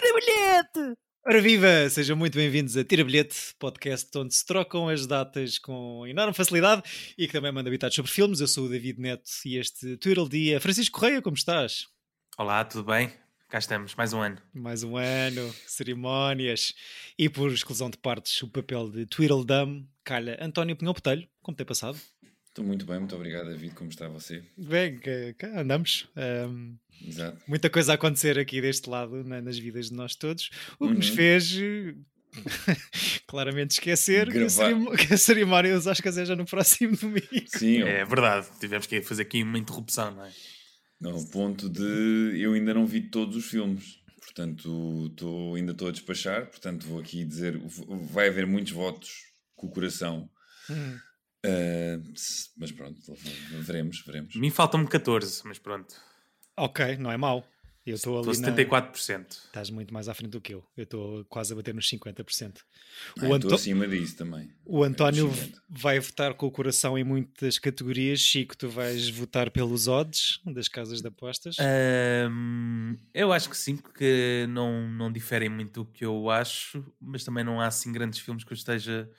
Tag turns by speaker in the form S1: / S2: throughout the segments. S1: bilhete!
S2: Ora viva! Sejam muito bem-vindos a Tira Bilhete, podcast onde se trocam as datas com enorme facilidade e que também manda habitados sobre filmes. Eu sou o David Neto e este Twitter dia. Francisco Correia, como estás?
S3: Olá, tudo bem? Cá estamos, mais um ano.
S2: Mais um ano, cerimónias. E por exclusão de partes, o papel de Tweedledum calha António Pinhão Botelho, como tem passado.
S4: Estou muito bem, muito obrigado, David. Como está você?
S2: Bem, cá- cá andamos. Ahm,
S4: Exato.
S2: muita coisa a acontecer aqui deste lado, na- nas vidas de nós todos, o que nos
S4: Uhum.
S2: fez eh, claramente esquecer que a,
S4: Gravar.
S2: cerim- que a cerimónia dos Oscars é já no próximo domingo.
S4: Sim, um, ao-
S3: É verdade, tivemos que fazer aqui uma interrupção, não é?
S4: ao um ponto de eu ainda não vi todos os filmes. Portanto, tô, ainda estou a despachar. Portanto, vou aqui dizer: v- vai haver muitos votos com o coração.
S2: Hum.
S4: Ah, se- mas pronto, veremos, veremos.
S3: A mim faltam-me 14, mas pronto.
S2: Ok, não é mau. Eu estou
S3: Estou a
S2: ali na-
S3: 74%.
S2: Estás muito mais à frente do que eu. Eu estou quase a bater nos 50%.
S4: Ah,
S2: o,
S4: Estou
S2: Anto-
S4: acima disso também.
S2: o António
S4: Sim, gente.
S2: vai votar com o coração em muitas categorias. Chico, tu vais votar pelos odds das casas de apostas.
S4: Ah,
S3: Ahm, eu acho que sim, porque não, não diferem muito do que eu acho, mas também não há assim grandes filmes que eu esteja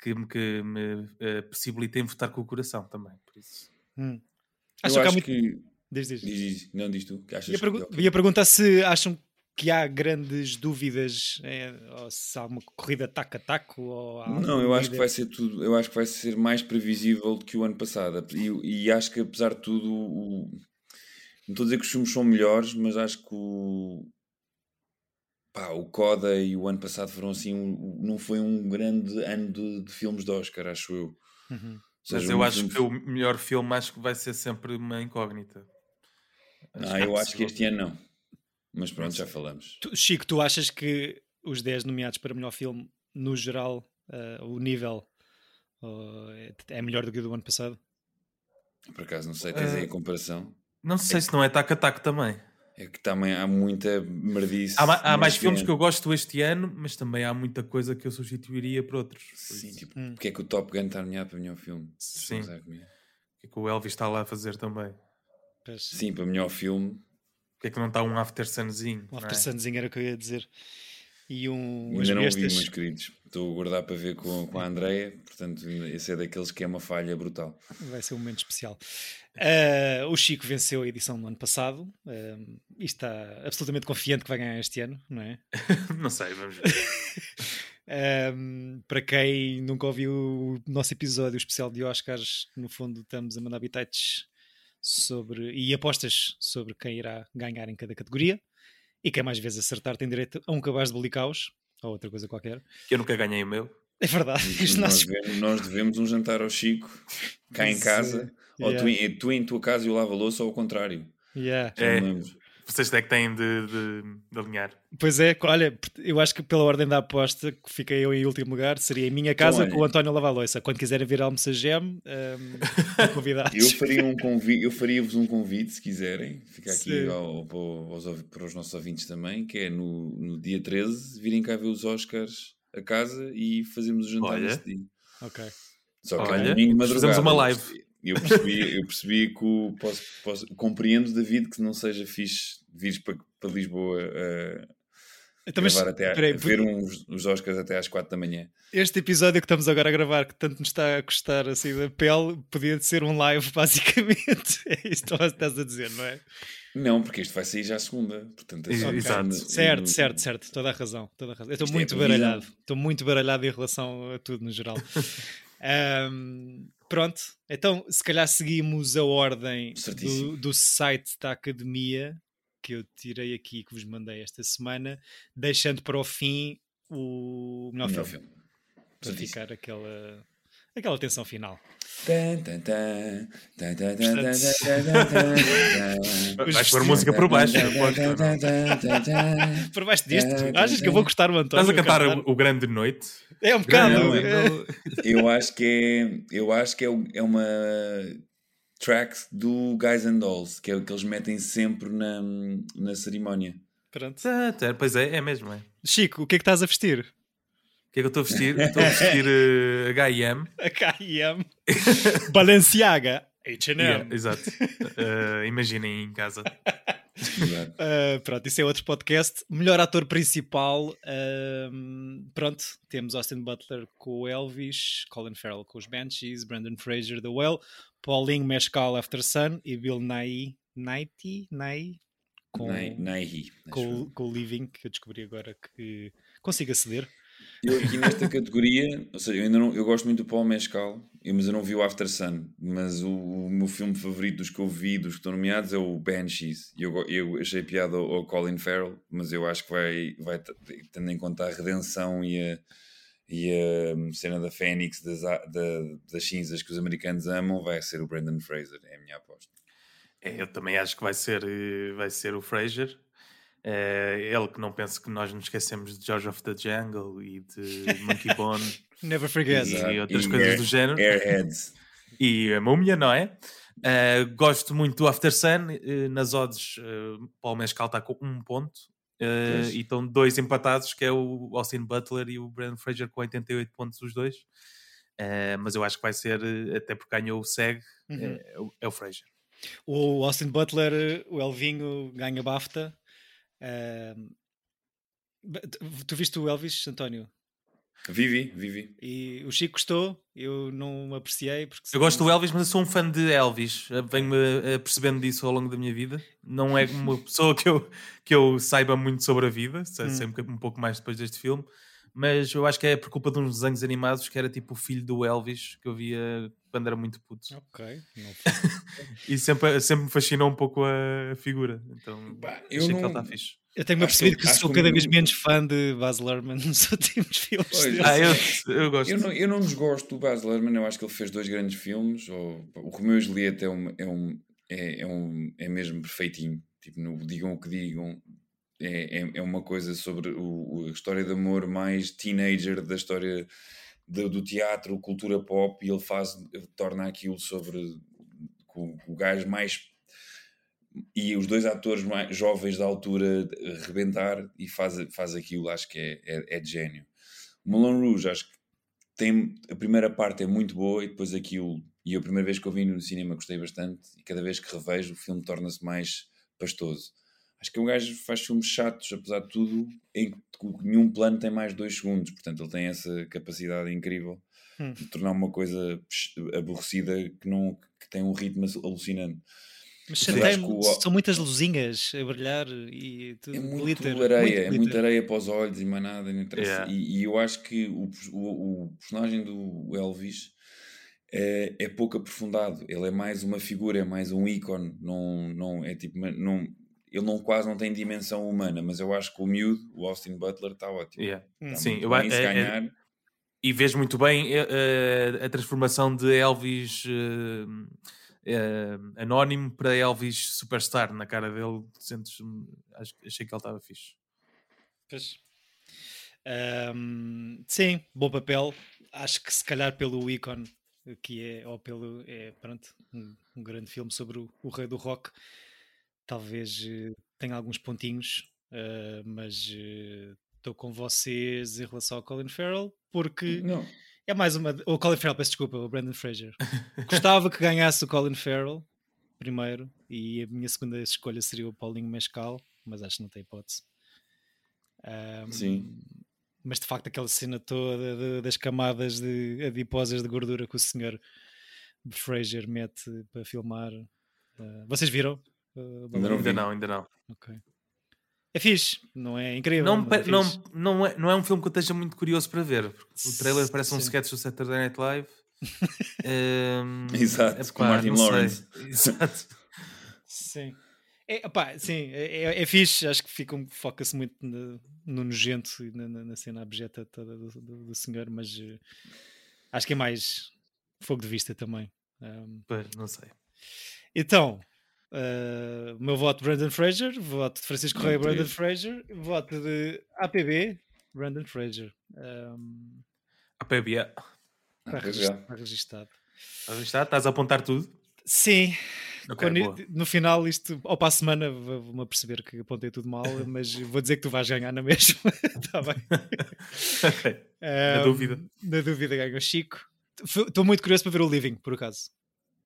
S3: que, me- que me eh, possibilitem votar com o coração também. Por isso.
S2: Hum.
S4: Eu
S2: Acham que há muito.
S4: que.
S2: Diz, diz.
S4: Diz, diz, não, diz tu. Que é achas
S2: Ia, pergu-
S4: que- ok.
S2: ia perguntar é se acham que há grandes dúvidas eh, ou se há uma corrida taco a taco. Ou
S3: Ah,
S2: há
S4: Não,
S2: algum
S4: eu acho que
S2: líder.
S4: vai ser tudo, eu acho que vai ser mais previsível do que o ano passado. E, e acho que apesar de tudo, o- não estou a dizer que os filmes são melhores, mas acho que o, pá, o Coda e o ano passado foram assim, um- não foi um grande ano de, de filmes de Oscar, acho eu. Ou
S2: Uhum.
S4: seja,
S3: Mas eu
S4: um
S3: acho
S4: filme-
S3: que o melhor filme acho que vai ser sempre uma incógnita.
S4: Não, Ah, eu acho que
S3: impossível.
S4: este ano não. Mas pronto, já falamos.
S2: Tu- Chico, tu achas que os 10 nomeados para melhor filme, no geral, eh, o nível oh, é- é melhor do que o do ano passado?
S4: Por acaso, não sei, tens aí
S3: Eh,
S4: a comparação.
S3: Não sei se não é tac a tac também.
S4: É que também há muita merdice.
S3: Há, ma- há mais
S4: neste
S3: filmes
S4: ano.
S3: que eu gosto este ano, mas também há muita coisa que eu substituiria por outros. Por
S4: Sim,
S3: isso,
S4: tipo,
S2: Hum.
S4: porque é que o Top Gun está nomeado para melhor filme?
S3: Sim.
S4: Estão a gozar comigo.
S3: O que é que o Elvis está lá a fazer também?
S2: Pois,
S4: Sim, para melhor filme.
S3: Porque é que não está um After Sunzinho?
S2: Um
S3: não é?
S2: After Sunzinho era o que eu ia dizer. E um As
S4: ainda não vi,
S2: Bestas.
S4: meus queridos. Estou a aguardar para ver com, com a Andreia. Portanto, esse é daqueles que é uma falha brutal.
S2: Vai ser um momento especial. Ah, o Chico venceu a edição do ano passado ah, e está absolutamente confiante que vai ganhar este ano, não é?
S3: não sei, vamos ver.
S2: Um, para quem nunca ouviu o nosso episódio especial de Oscars, no fundo estamos a mandar bitites sobre e apostas sobre quem irá ganhar em cada categoria. E quem mais vezes acertar tem direito a um cabaz de bolicaus ou outra coisa qualquer.
S3: eu nunca ganhei o meu.
S2: É verdade, os
S4: Tipo, nós,
S2: nossos.
S4: devemos, nós devemos um jantar ao Chico, cá em
S2: Sim.
S4: casa. Ou tu,
S2: Yeah,
S4: em- tu em tua casa e eu lavo a louça, ou ao contrário.
S2: yeah.
S4: Já
S3: É.
S4: me lembro.
S3: Vocês é que têm de, de- de alinhar.
S2: Pois é, olha, eu acho que pela ordem da aposta que fiquei eu em último lugar seria em minha casa
S4: Então olha.
S2: com o António Lavaloiça. Quando quiserem vir almoçagem, um, convidados.
S4: Eu faria um convi- eu faria-vos um convite, se quiserem, fica aqui
S2: Sim.
S4: ao- ao- aos ouvi- para os nossos ouvintes também, que é no, no dia 13, virem cá ver os Oscars a casa e fazermos o jantar
S3: Olha.
S4: nesse dia.
S2: Ok.
S4: Só que é um
S3: Olha,
S4: domingo de
S3: fizemos
S4: madrugada,
S3: uma
S4: eu
S3: live.
S4: percebi- Eu percebi, eu percebi que o- posso, posso- compreendo, David, que não seja fixe vires para, para Lisboa eh,
S2: Então, mas,
S4: gravar até à-
S2: peraí,
S4: ver uns, os Oscars até às 4 da manhã.
S2: Este episódio que estamos agora a gravar, que tanto nos está a custar a sair da pele, podia ser um live, basicamente. É isso que estás a dizer, não é?
S4: Não, porque isto vai sair já à segunda. Portanto, é
S3: Ex-
S4: segunda-
S3: exato.
S2: Certo,
S4: no-
S2: certo, certo. Toda a razão. Toda a razão. Eu estou
S4: Isto é
S2: muito
S4: previsão.
S2: baralhado. Estou muito baralhado em relação a tudo no geral. Ahm, pronto. Então, se calhar seguimos a ordem do,
S4: Certíssimo.
S2: do site da academia que eu tirei aqui, que vos mandei esta semana, deixando para o fim o melhor
S4: Melhor
S2: filme.
S4: filme.
S2: Para
S4: Certíssimo.
S2: ficar aquela, aquela tensão final.
S4: Tan, tan, tan, tan, tan, tan,
S2: Portanto-
S4: tan, tan, tan, tan, tan.
S3: Vais pôr música por baixo.
S4: Tan,
S3: eu aposto,
S4: tan,
S3: não é?
S4: tan, tan, tan, tan.
S2: Por baixo disto,
S4: É, é,
S2: achas que eu vou gostar o António?
S3: Estás a
S2: Eu
S3: cantar
S2: quero
S3: o, o Grande Noite?
S2: dar- É um bocado.
S4: Não,
S2: é-
S4: Eu acho que é, eu acho que é, o- é uma track do Guys and Dolls, que é o que eles metem sempre na, na cerimónia.
S2: Pronto.
S3: Pois é, é mesmo. É. O
S2: Chico, o que é que estás a vestir?
S3: que é que eu estou a vestir? Estou a vestir eh, H&M.
S2: A KM. Balenciaga. H&M.
S3: Yeah, exato. Eh, imaginem em casa.
S4: Exato.
S2: Uh, pronto, isso é outro podcast. Melhor ator principal. um, pronto, temos Austin Butler com o Elvis, Colin Farrell com os Banshees, Brandon Fraser The Well, Paulinho Mescal After Sun e Bill Nighy, Nighy, Nighy com,
S4: Nai- Naihi, acho
S2: com,
S4: eu.
S2: o- com o Living, que eu descobri agora que consigo aceder.
S4: Eu aqui nesta categoria, ou seja, eu ainda não, eu gosto muito do Paulo Mescal, eu- mas eu não vi o After Sun, mas o, o meu filme favorito dos que eu vi, dos que estão nomeados, é o Banshees. E Eu, go- eu achei piada ao, ao Colin Farrell, mas eu acho que vai, vai t- tendo em conta a redenção e a, e a hum, cena da Fênix, das, a- da- das cinzas que os americanos amam, vai ser o Brandon Fraser, é a minha aposta.
S3: É, eu também acho que vai ser, eh, vai ser o Fraser. Eh, ele que não penso que nós nos esquecemos de George of the Jungle e de Monkey Bone
S2: Never forget.
S4: Exato.
S3: e outras
S4: E
S3: coisas
S4: Air-
S3: do género.
S4: Airheads.
S3: E a múmia, não é? Eh, gosto muito do After Sun. eh, nas odds, eh, Paulo Mescal está com um ponto. eh,
S4: Pois.
S3: e estão dois empatados, que é o Austin Butler e o Brandon Fraser com 88 pontos os dois. Eh, mas eu acho que vai ser, eh, até porque ganhou o SEG, eh,
S2: Uhum.
S3: é, o- é o Fraser.
S2: O Austin Butler, eh, o Elvinho, ganha BAFTA. Ahm, tu- tu viste o Elvis, António?
S4: Vivi, Vivi.
S2: E o Chico gostou, eu não apreciei. Porque
S3: Eu gosto do Elvis, mas eu sou um fã de Elvis. Eh, Venho-me eh, percebendo disso ao longo da minha vida. Não é uma pessoa que eu, que eu saiba muito sobre a vida, sei
S2: Hum.
S3: sempre um pouco mais depois deste filme. Mas eu acho que é por culpa de uns desenhos animados que era tipo o filho do Elvis, que eu via quando era muito puto.
S2: Ok, não faz-
S3: E sempre, sempre me fascinou um pouco a figura. Então
S4: Pá,
S3: achei
S4: eu
S3: que
S4: não-
S3: ele está fixe.
S2: Eu tenho-me
S4: Acho
S2: apercebido
S4: que-
S2: que
S4: acho
S2: sou
S4: que
S2: cada
S4: o-
S2: vez menos fã de Baz Luhrmann nos últimos filmes.
S4: Pois,
S2: dele.
S4: Eu
S3: Ah, eu, eu gosto.
S4: Eu não, eu não desgosto do Baz Luhrmann, eu acho que ele fez dois grandes filmes. Ou, o Romeu e Julieta é, um, é, um, é, é um, é mesmo perfeitinho. Tipo, no, digam o que digam. É, é, é uma coisa sobre o, o- a história de amor mais teenager da história do, do teatro, cultura pop. E ele faz, ele torna aquilo sobre com- com o gajo mais e os dois atores mais jovens da altura eh, rebentar e faz, faz aquilo, acho que é, é, é de gênio. O Moulin Rouge, acho que tem, a primeira parte é muito boa e depois aquilo, e a primeira vez que eu vi no cinema gostei bastante, e cada vez que revejo o filme torna-se mais pastoso. Acho que o gajo faz filmes chatos, apesar de tudo, em que nenhum plano tem mais dois segundos, portanto ele tem essa capacidade incrível
S2: Hum.
S4: de tornar uma coisa psh, aborrecida que, não, que tem um ritmo alucinante.
S2: Mas
S4: Eu acho
S2: chatei-me,
S4: que o-
S2: são muitas luzinhas a brilhar e tudo.
S4: É muito
S2: glitter,
S4: areia, é
S2: glitter.
S4: muita areia para os olhos e mais nada, não interessa.
S3: Yeah.
S4: E, e eu acho que o, pers- o- o personagem do Elvis é, é pouco aprofundado. Ele é mais uma figura, é mais um ícone. Não, não, é tipo, uma- não, ele não, quase não tem dimensão humana, mas eu acho que o miúdo, o Austin Butler, está ótimo.
S3: Yeah.
S2: Hum.
S4: Está
S3: Sim,
S4: muito
S3: eu
S4: bem,
S3: a-
S4: e se
S3: é- é-
S4: ganhar,
S3: E vês muito bem eh, eh, a transformação de Elvis eh, eh, anónimo para Elvis superstar na cara dele. Sentes, hum, acho, achei que ele estava fixe.
S2: Pois. Ahm, sim, bom papel. Acho que se calhar pelo ícone que é, ou pelo, é, pronto, um, um grande filme sobre o, o rei do rock, talvez eh, tenha alguns pontinhos, ah, mas eh, estou com vocês em relação ao Colin Farrell, porque
S4: não,
S2: é mais uma. O Colin Farrell, peço desculpa, o Brandon Fraser. Gostava que ganhasse o Colin Farrell primeiro, e a minha segunda escolha seria o Paulinho Mescal, mas acho que não tem hipótese. Ahm,
S4: sim.
S2: mas de facto aquela cena toda de- das camadas de adiposas de gordura que o senhor Fraser mete para filmar. Ah, vocês viram? Ah,
S4: Ainda não
S3: ainda
S4: vi.
S3: não, ainda não.
S2: Ok. É fixe, não é incrível?
S3: Não, me
S2: mas é
S3: pa- não,
S2: fixe.
S3: não, é, não é um filme que eu esteja muito curioso para ver. porque O trailer
S2: Sim.
S3: parece um sketch do Saturday Night Live. Ehm,
S4: Exato, com Martin
S3: não sei.
S4: Lawrence.
S3: Exato.
S2: Sim. É, opá, sim, é, é- é fixe, acho que fica um- foca-se muito no, no nojento e na, na- na cena abjeta toda do, do- do senhor, mas eh, acho que é mais fogo de vista também. Ahm,
S3: Pois, não sei.
S2: Então, eh, o meu voto Brandon Fraser, voto de Francisco
S4: Não
S2: Correia
S4: teve.
S2: Brandon Fraser, voto de APB Brandon Fraser. Ahm,
S3: A PBA.
S4: Ah,
S2: está,
S4: pois
S2: regis-
S4: é.
S2: está registado.
S3: Aí está, ah, estás a apontar tudo.
S2: Sim,
S3: Ok,
S2: quando-
S3: boa.
S2: no final isto, ou para a semana vou- vou-me aperceber que apontei tudo mal, mas vou dizer que tu vais ganhar na mesma, está bem.
S3: Ok.
S2: Na
S3: dúvida.
S2: Na dúvida ganha o Chico. Estou muito curioso para ver o Living, por acaso.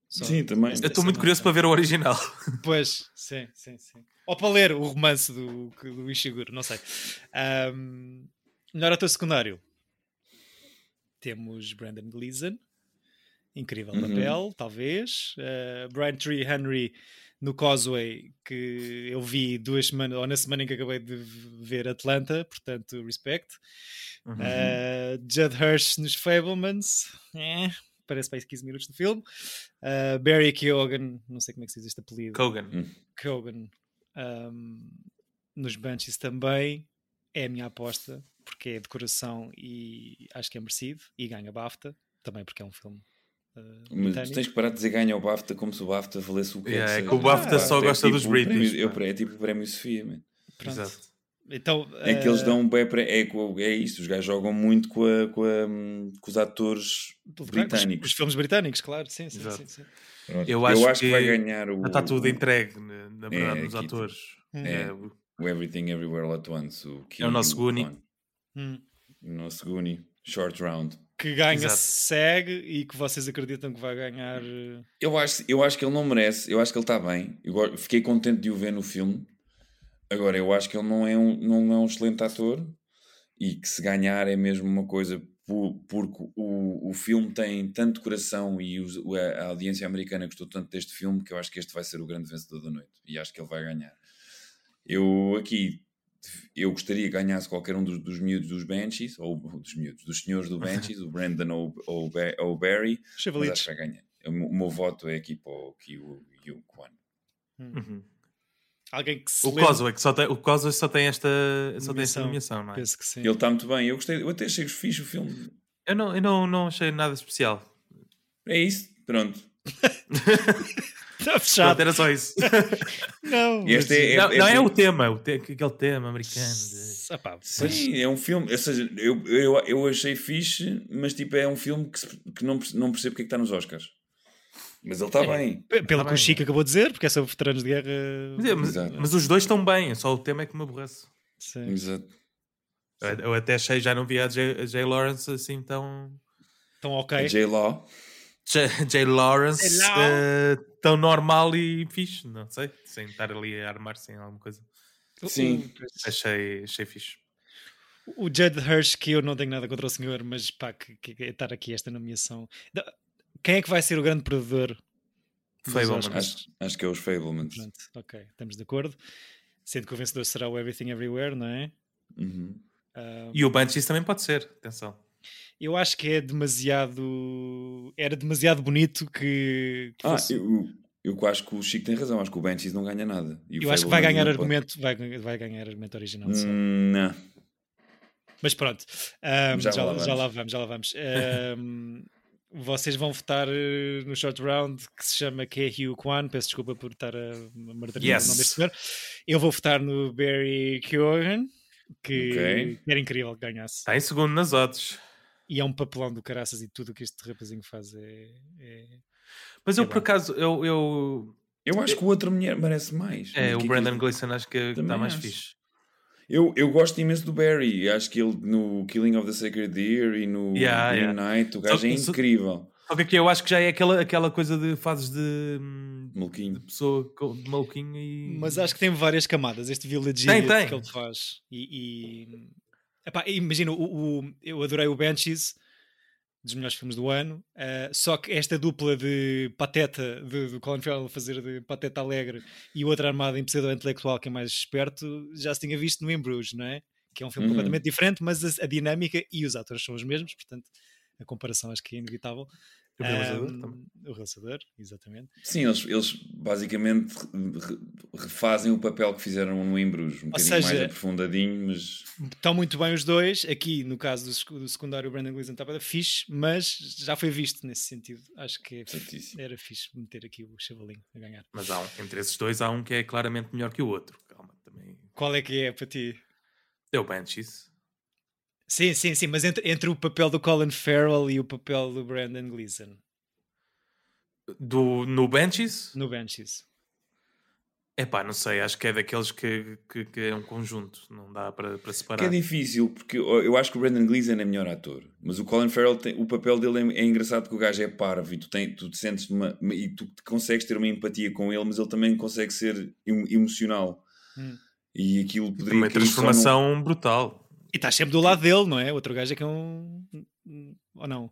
S2: Só-
S4: Sim, também.
S3: Eu estou muito curioso para ver o original.
S2: Pois, sim, sim, sim. Ou para ler o romance do, do Ishiguro, não sei. Ahm, melhor ator secundário. Temos Brandon Gleeson. Incrível
S4: Uhum.
S2: papel, talvez. Ah, Brian Tree Henry no Causeway, que eu vi duas semanas, ou na semana em que acabei de ver Atlanta, portanto, respect.
S3: Uhum.
S2: Uh, Judd Hirsch nos Fablemans, eh, parece para aí 15 minutos do filme. Uh, Barry Keoghan, não sei como é que se diz este apelido.
S3: Kogan.
S2: Keoghan um, nos Bunches também. É a minha aposta, porque é decoração e acho que é merecido. E ganha BAFTA, também porque é um filme. uh,
S4: Uhum. Mas
S2: britânico.
S4: tu tens que parar de dizer ganha o BAFTA como se o BAFTA valesse o que
S3: Yeah,
S4: ele
S3: é que
S4: seja.
S3: o BAFTA
S2: só
S3: gosta dos
S4: um
S3: British,
S4: prémio-
S3: pá.
S4: eu- é tipo o prémio Sofia, man.
S2: Pronto.
S3: Exato.
S2: Então,
S4: É
S3: Eh,
S4: que eles
S2: uh,
S4: dão bem pré... é, co- é isso, os gajos jogam muito com, a- com a- hum, com os atores
S2: claro, Os,
S4: britânicos.
S2: os filmes britânicos, claro, sim, sim,
S3: Exato.
S2: sim, sim.
S3: Eu acho que
S4: vai ganhar o,
S3: Já está tudo entregue, na na verdade,
S4: Uhum. É,
S3: nos
S4: aqui-
S3: atores.
S2: Hum,
S3: É,
S4: o Everything Everywhere All At Once. O Kill
S3: É o nosso
S4: Bill
S3: Goonie.
S4: Con.
S2: hum.
S4: O nosso Goonie. Short Round.
S2: Que ganha
S3: Exato.
S2: segue e que vocês acreditam que vai ganhar. uh,
S4: Eu acho, eu acho que ele não merece, eu acho que ele está bem. Eu go- fiquei contente de o ver no filme. Agora, eu acho que ele não é um, não é um excelente ator e que se ganhar é mesmo uma coisa por- porque o, o filme tem tanto coração e os- o- a audiência americana gostou tanto deste filme que eu acho que este vai ser o grande vencedor da noite e acho que ele vai ganhar. Eu aqui eu gostaria que ganhasse qualquer um dos, dos miúdos dos Banshees, ou dos miúdos, dos senhores do Banshees, o Brandon ou, ou, Ba- ou Barry, mas acho
S2: Chavalitos.
S4: que vai ganhar. O meu, o meu voto é aqui para o Kyu Yu Kwan.
S3: Uhum.
S4: é.
S2: Alguém que se
S3: O
S2: lembre-
S3: Cosway, que só tem, o Cosway só tem esta, só tem esta
S2: Nomeação.
S3: nomeação, não é?
S2: Penso que sim.
S4: Ele está muito bem. Eu gostei, eu até achei que fixe o filme.
S3: Eu, não, eu não, não achei nada especial.
S4: É isso, pronto.
S2: Está
S3: Pronto,
S2: fechado.
S3: era só isso.
S2: Não,
S4: E este é-
S3: não, não, é
S4: é-
S3: o tema, o te- aquele tema americano. de-
S2: mas- Ah pá,
S4: Sim,
S2: pois,
S4: é um filme. Ou seja, eu, eu, eu achei fixe, mas tipo, é um filme que, se- que não, perce- não percebo porque é que está nos Oscars. É. Mas ele está bem.
S2: pe- Pelo que
S3: bem.
S2: o Chico acabou de dizer, porque é sobre veteranos de guerra.
S3: Mas, é, mas-
S4: Exato.
S3: mas os dois estão bem, só o tema é que me aborrece.
S2: Sim.
S4: Exato.
S3: Eu, eu até achei, já não vi a J, a J. Lawrence assim tão.
S2: Então,
S4: A
S2: ok.
S4: J. Law.
S3: J, J. Lawrence
S2: Hello?
S3: eh, tão normal e fixe, não sei, sem estar ali a armar sem alguma coisa.
S2: O-
S4: Sim.
S3: Achei, achei fixe.
S2: O, o Judd Hirsch, que eu não tenho nada contra o senhor, mas pá, que, que- que estar aqui esta nomeação. Da- Quem é que vai ser o grande perdedor? dos
S3: Fableman.
S2: Oscars?
S4: Acho, acho que é os Fablemans.
S2: Pronto, ok, estamos de acordo. Sendo que o vencedor será o Everything Everywhere, não é?
S4: Uhum.
S2: Ah,
S3: E o Banshees também pode ser, atenção.
S2: eu acho que é demasiado. Era demasiado bonito que. que
S4: Ah,
S2: fosse-
S4: eu, eu acho que o Chico tem razão. Acho que o Banshees não ganha nada. E o
S2: Eu acho que vai
S4: Fableman
S2: ganhar
S4: não pode.
S2: argumento, vai, gan- vai ganhar argumento original. só.
S4: Hum, Não.
S2: Mas pronto, ahm,
S4: Já
S2: já,
S4: lá
S2: lá já lá vamos, já lá vamos. Ahm, vocês vão votar eh, no short round que se chama Kyu Kwan. Peço desculpa por estar a martelar
S3: Yes.
S2: o nome deste senhor. Eu vou votar no Barry Keoghan, que
S4: Ok.
S2: era incrível que ganhasse.
S3: Está Tá em segundo nas odds.
S2: E é um papelão do caraças e tudo o que este rapazinho faz é. é-
S3: Mas eu,
S2: É
S3: por
S2: bom.
S3: acaso, eu, eu
S4: Eu acho que o outro mulher merece mais. Mas
S3: é, o
S4: que é que
S3: Brandon
S4: eu-
S3: Gleeson acho que está
S4: Também
S3: mais
S4: acho.
S3: fixe.
S4: Eu, eu gosto imenso do Barry. Acho que ele no Killing of the Sacred Deer e no
S3: Yeah,
S4: Green
S3: yeah.
S4: Knight, o
S3: Só
S4: gajo é
S3: que- só-
S4: incrível.
S3: Só que aqui eu acho que já é aquela, aquela coisa de fases de, hum, de
S4: Maluquinho.
S3: pessoa co- de maluquinho e.
S2: Mas acho que tem várias camadas. Este village
S3: Tem,
S2: idiot
S3: tem.
S2: que ele faz. E. e... Epá, imagina, o, o- eu adorei o Banshees, dos melhores filmes do ano. ah, só que esta dupla de pateta, de, do Colin Farrell a fazer de pateta alegre e o outro armado em pseudo-intelectual, que é mais esperto, já se tinha visto no In Bruges, não é? Que é um filme
S4: Uhum.
S2: completamente diferente, mas a, a dinâmica e os atores são os mesmos, portanto a comparação acho que é inevitável.
S3: O realizador
S2: Ah,
S3: também.
S2: O realizador, exatamente.
S4: Sim, eles, eles basicamente re- re- refazem o papel que fizeram no Embrujo. Um bocadinho mais
S2: seja-
S4: aprofundadinho, mas.
S2: Estão muito bem os dois. Aqui, no caso do, sec- do secundário, o Brandon Gleeson estava da fixe, mas já foi visto nesse sentido. Acho que
S4: Certíssimo.
S2: era fixe meter aqui o Chavalinho a ganhar.
S3: Mas há um, entre esses dois há um que é claramente melhor que o outro. Calma, também.
S2: Qual é que é para ti?
S3: É o Banshees.
S2: Sim, sim, sim, mas entre, entre o papel do Colin Farrell e o papel do Brandon Gleeson
S3: Do, no Banshees?
S2: no Banshees.
S3: É pá, não sei, acho que é daqueles que, que, que é um conjunto, não dá para para
S4: Que é
S3: separar.
S4: difícil, porque eu eu acho que o Brandon Gleeson é melhor ator, mas o Colin Farrell, tem- o papel dele é, é engraçado porque o gajo é parvo e tu, tem, tu te sentes uma, uma- e tu consegues ter uma empatia com ele, mas ele também consegue ser emo- emocional.
S2: Hum.
S4: E aquilo poderia.
S3: Uma
S4: cair só
S3: transformação brutal.
S2: E estás sempre do lado dele, não é? O outro gajo é que é um. Ou não?
S4: num-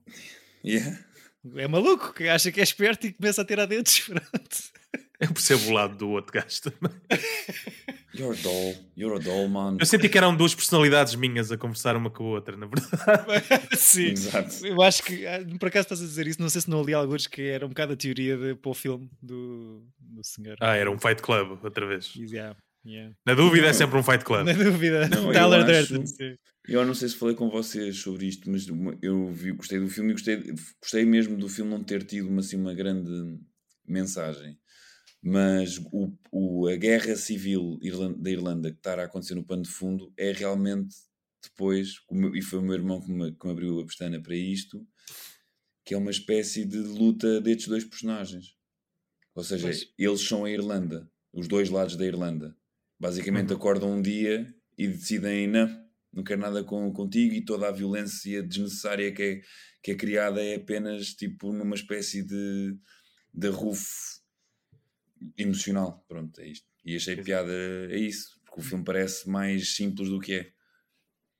S4: Yeah.
S2: É maluco, que acha que é esperto e começa a tirar dentes. Pronto.
S3: Eu percebo o lado do outro gajo também.
S4: You're a doll. You're a doll, man.
S3: Eu senti que eram duas personalidades minhas a conversar uma com a outra, na verdade.
S2: Sim.
S4: Exato.
S2: Eu acho que, ah, por acaso estás a dizer isso, não sei se não li alguns que era um bocado a teoria de, para o filme do, do senhor.
S3: Ah, era um Fight Club, outra vez.
S2: E, yeah, yeah.
S3: Na dúvida é sempre um Fight Club.
S2: Na dúvida,
S4: Não, eu
S2: Tyler
S4: acho-
S2: Durden. sim.
S4: Eu não sei se falei com vocês sobre isto, mas uma- eu vi, gostei do filme e gostei, gostei mesmo do filme não ter tido uma, assim, uma grande mensagem. Mas o, o- a guerra civil irlan- da Irlanda que está a acontecer no pano de fundo é realmente depois, o meu- e foi o meu irmão que me, que me abriu a pestana para isto, que é uma espécie de luta destes dois personagens. Ou seja,
S2: Pois.
S4: eles são a Irlanda, os dois lados da Irlanda. Basicamente acordam um dia e decidem, não, não quero nada com, contigo e toda a violência desnecessária que é, que é criada é apenas tipo numa espécie de, de rufo emocional. Pronto, é isto. E achei piada é isso, porque o filme parece mais simples do que é.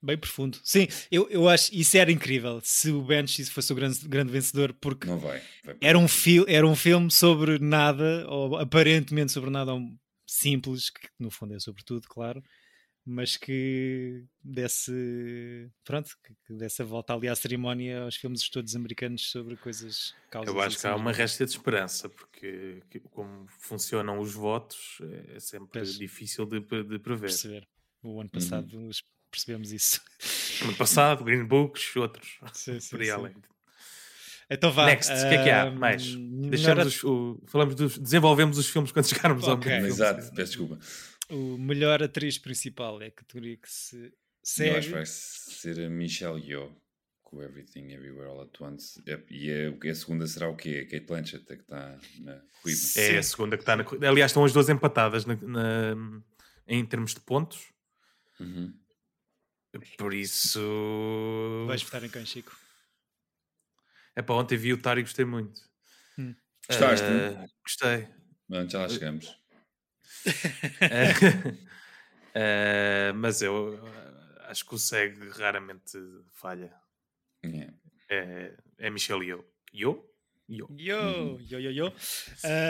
S2: Bem profundo. Sim, eu, eu acho isso era incrível se o Banshee fosse o grande, grande vencedor, porque
S4: Não vai. vai.
S2: era um, fil, era um filme sobre nada, ou aparentemente sobre nada um- simples, que no fundo é sobre tudo, claro, mas que desse pronto, que, que desse a volta ali à cerimónia aos filmes todos americanos sobre coisas causas.
S3: Eu acho que há
S2: assim.
S3: uma resta de esperança, porque que- como funcionam os votos, é- é sempre
S2: Pois.
S3: difícil de, pre- de Uhum. prever.
S2: perceber. O ano passado nós percebemos isso.
S3: No passado, Green Books, outros,
S2: Sim, sim,
S3: por aí
S2: sim.
S3: além.
S2: Então vá.
S3: Next, o que é que há?
S2: ah,
S3: Mais?
S2: não
S3: Deixamos
S2: era
S3: os- o- falamos dos, desenvolvemos os filmes quando chegarmos ao
S2: Ok.
S4: É,
S3: momento. do filme.
S4: Exato, ah, peço desculpa.
S2: O melhor atriz principal é a categoria que se
S4: Eu acho
S2: segue.
S4: que vai ser a Michelle Yeoh com Everything Everywhere All At Once. É- E a, a segunda será o quê? A Kate Blanchett é que está na corrida.
S2: Sim.
S3: É a segunda que está na. corrida. Aliás, estão as duas empatadas na- na- em termos de pontos.
S4: Uhum.
S3: Por isso.
S2: Vais votar em quem, Chico?
S3: É para ontem vi o Tar e gostei muito.
S2: Hum.
S4: Gostaste?
S3: Ah, gostei.
S4: Bom, já lá chegamos.
S3: Ah, mas eu eh, acho que o SEG raramente falha.
S4: Yeah.
S3: É, é Michel e eu. Eu? Eu.
S2: Yo, yo, yo, yo.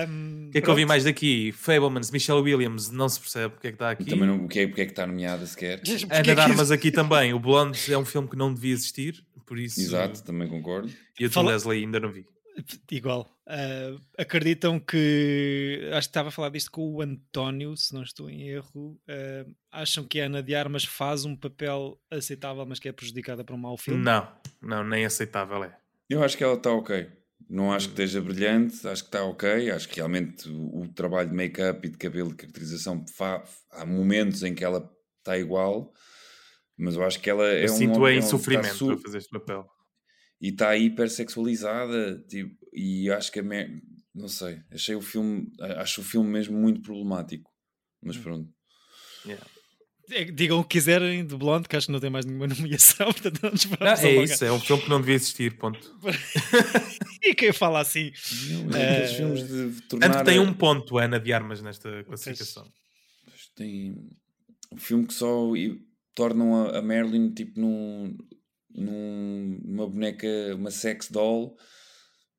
S2: Um,
S3: O que é que eu vi mais daqui? Fablemans, Michelle Williams, não se percebe porque é que está aqui.
S4: Também não, o que é, porque é que está nomeada sequer?
S2: É
S3: Ana de Armas aqui também. O Blonde é um filme que não devia existir, por isso.
S4: Exato, também concordo.
S3: E o de
S2: Fala-
S3: Leslie ainda não vi.
S2: Igual. Ah, acreditam que. Acho que estava a falar disto com o António, se não estou em erro. Ah, acham que a Ana de Armas faz um papel aceitável, mas que é prejudicada por um mau filme?
S3: Não, não, nem aceitável é.
S4: Eu acho que ela está ok. Não acho que
S3: Uhum.
S4: esteja brilhante, acho que está ok. Acho que realmente o, o trabalho de make-up e de cabelo de caracterização fa- há momentos em que ela está igual, mas eu acho que ela é
S3: Eu
S4: um
S3: sinto-a
S4: ela
S3: em
S4: está
S3: sofrimento
S4: su-
S3: a fazer este papel.
S4: e está hipersexualizada. Tipo, e acho que é. me- Não sei, achei o filme. a- Acho o filme mesmo muito problemático. Mas
S3: Uhum.
S4: pronto.
S2: É que Digam o que quiserem do Blonde, que acho que não tem mais nenhuma nomeação, portanto não nos
S3: Não,
S2: vamos
S3: é
S2: alongar.
S3: isso, é um filme que não devia existir, ponto.
S2: E quem fala assim?
S4: Não,
S2: Eh,
S4: aqueles É um filmes de tornar.
S3: Tanto que tem um ponto, Ana de Armas, nesta classificação.
S4: Tem um filme que só i- tornam a, a Merlin tipo num, num- numa boneca, uma sex doll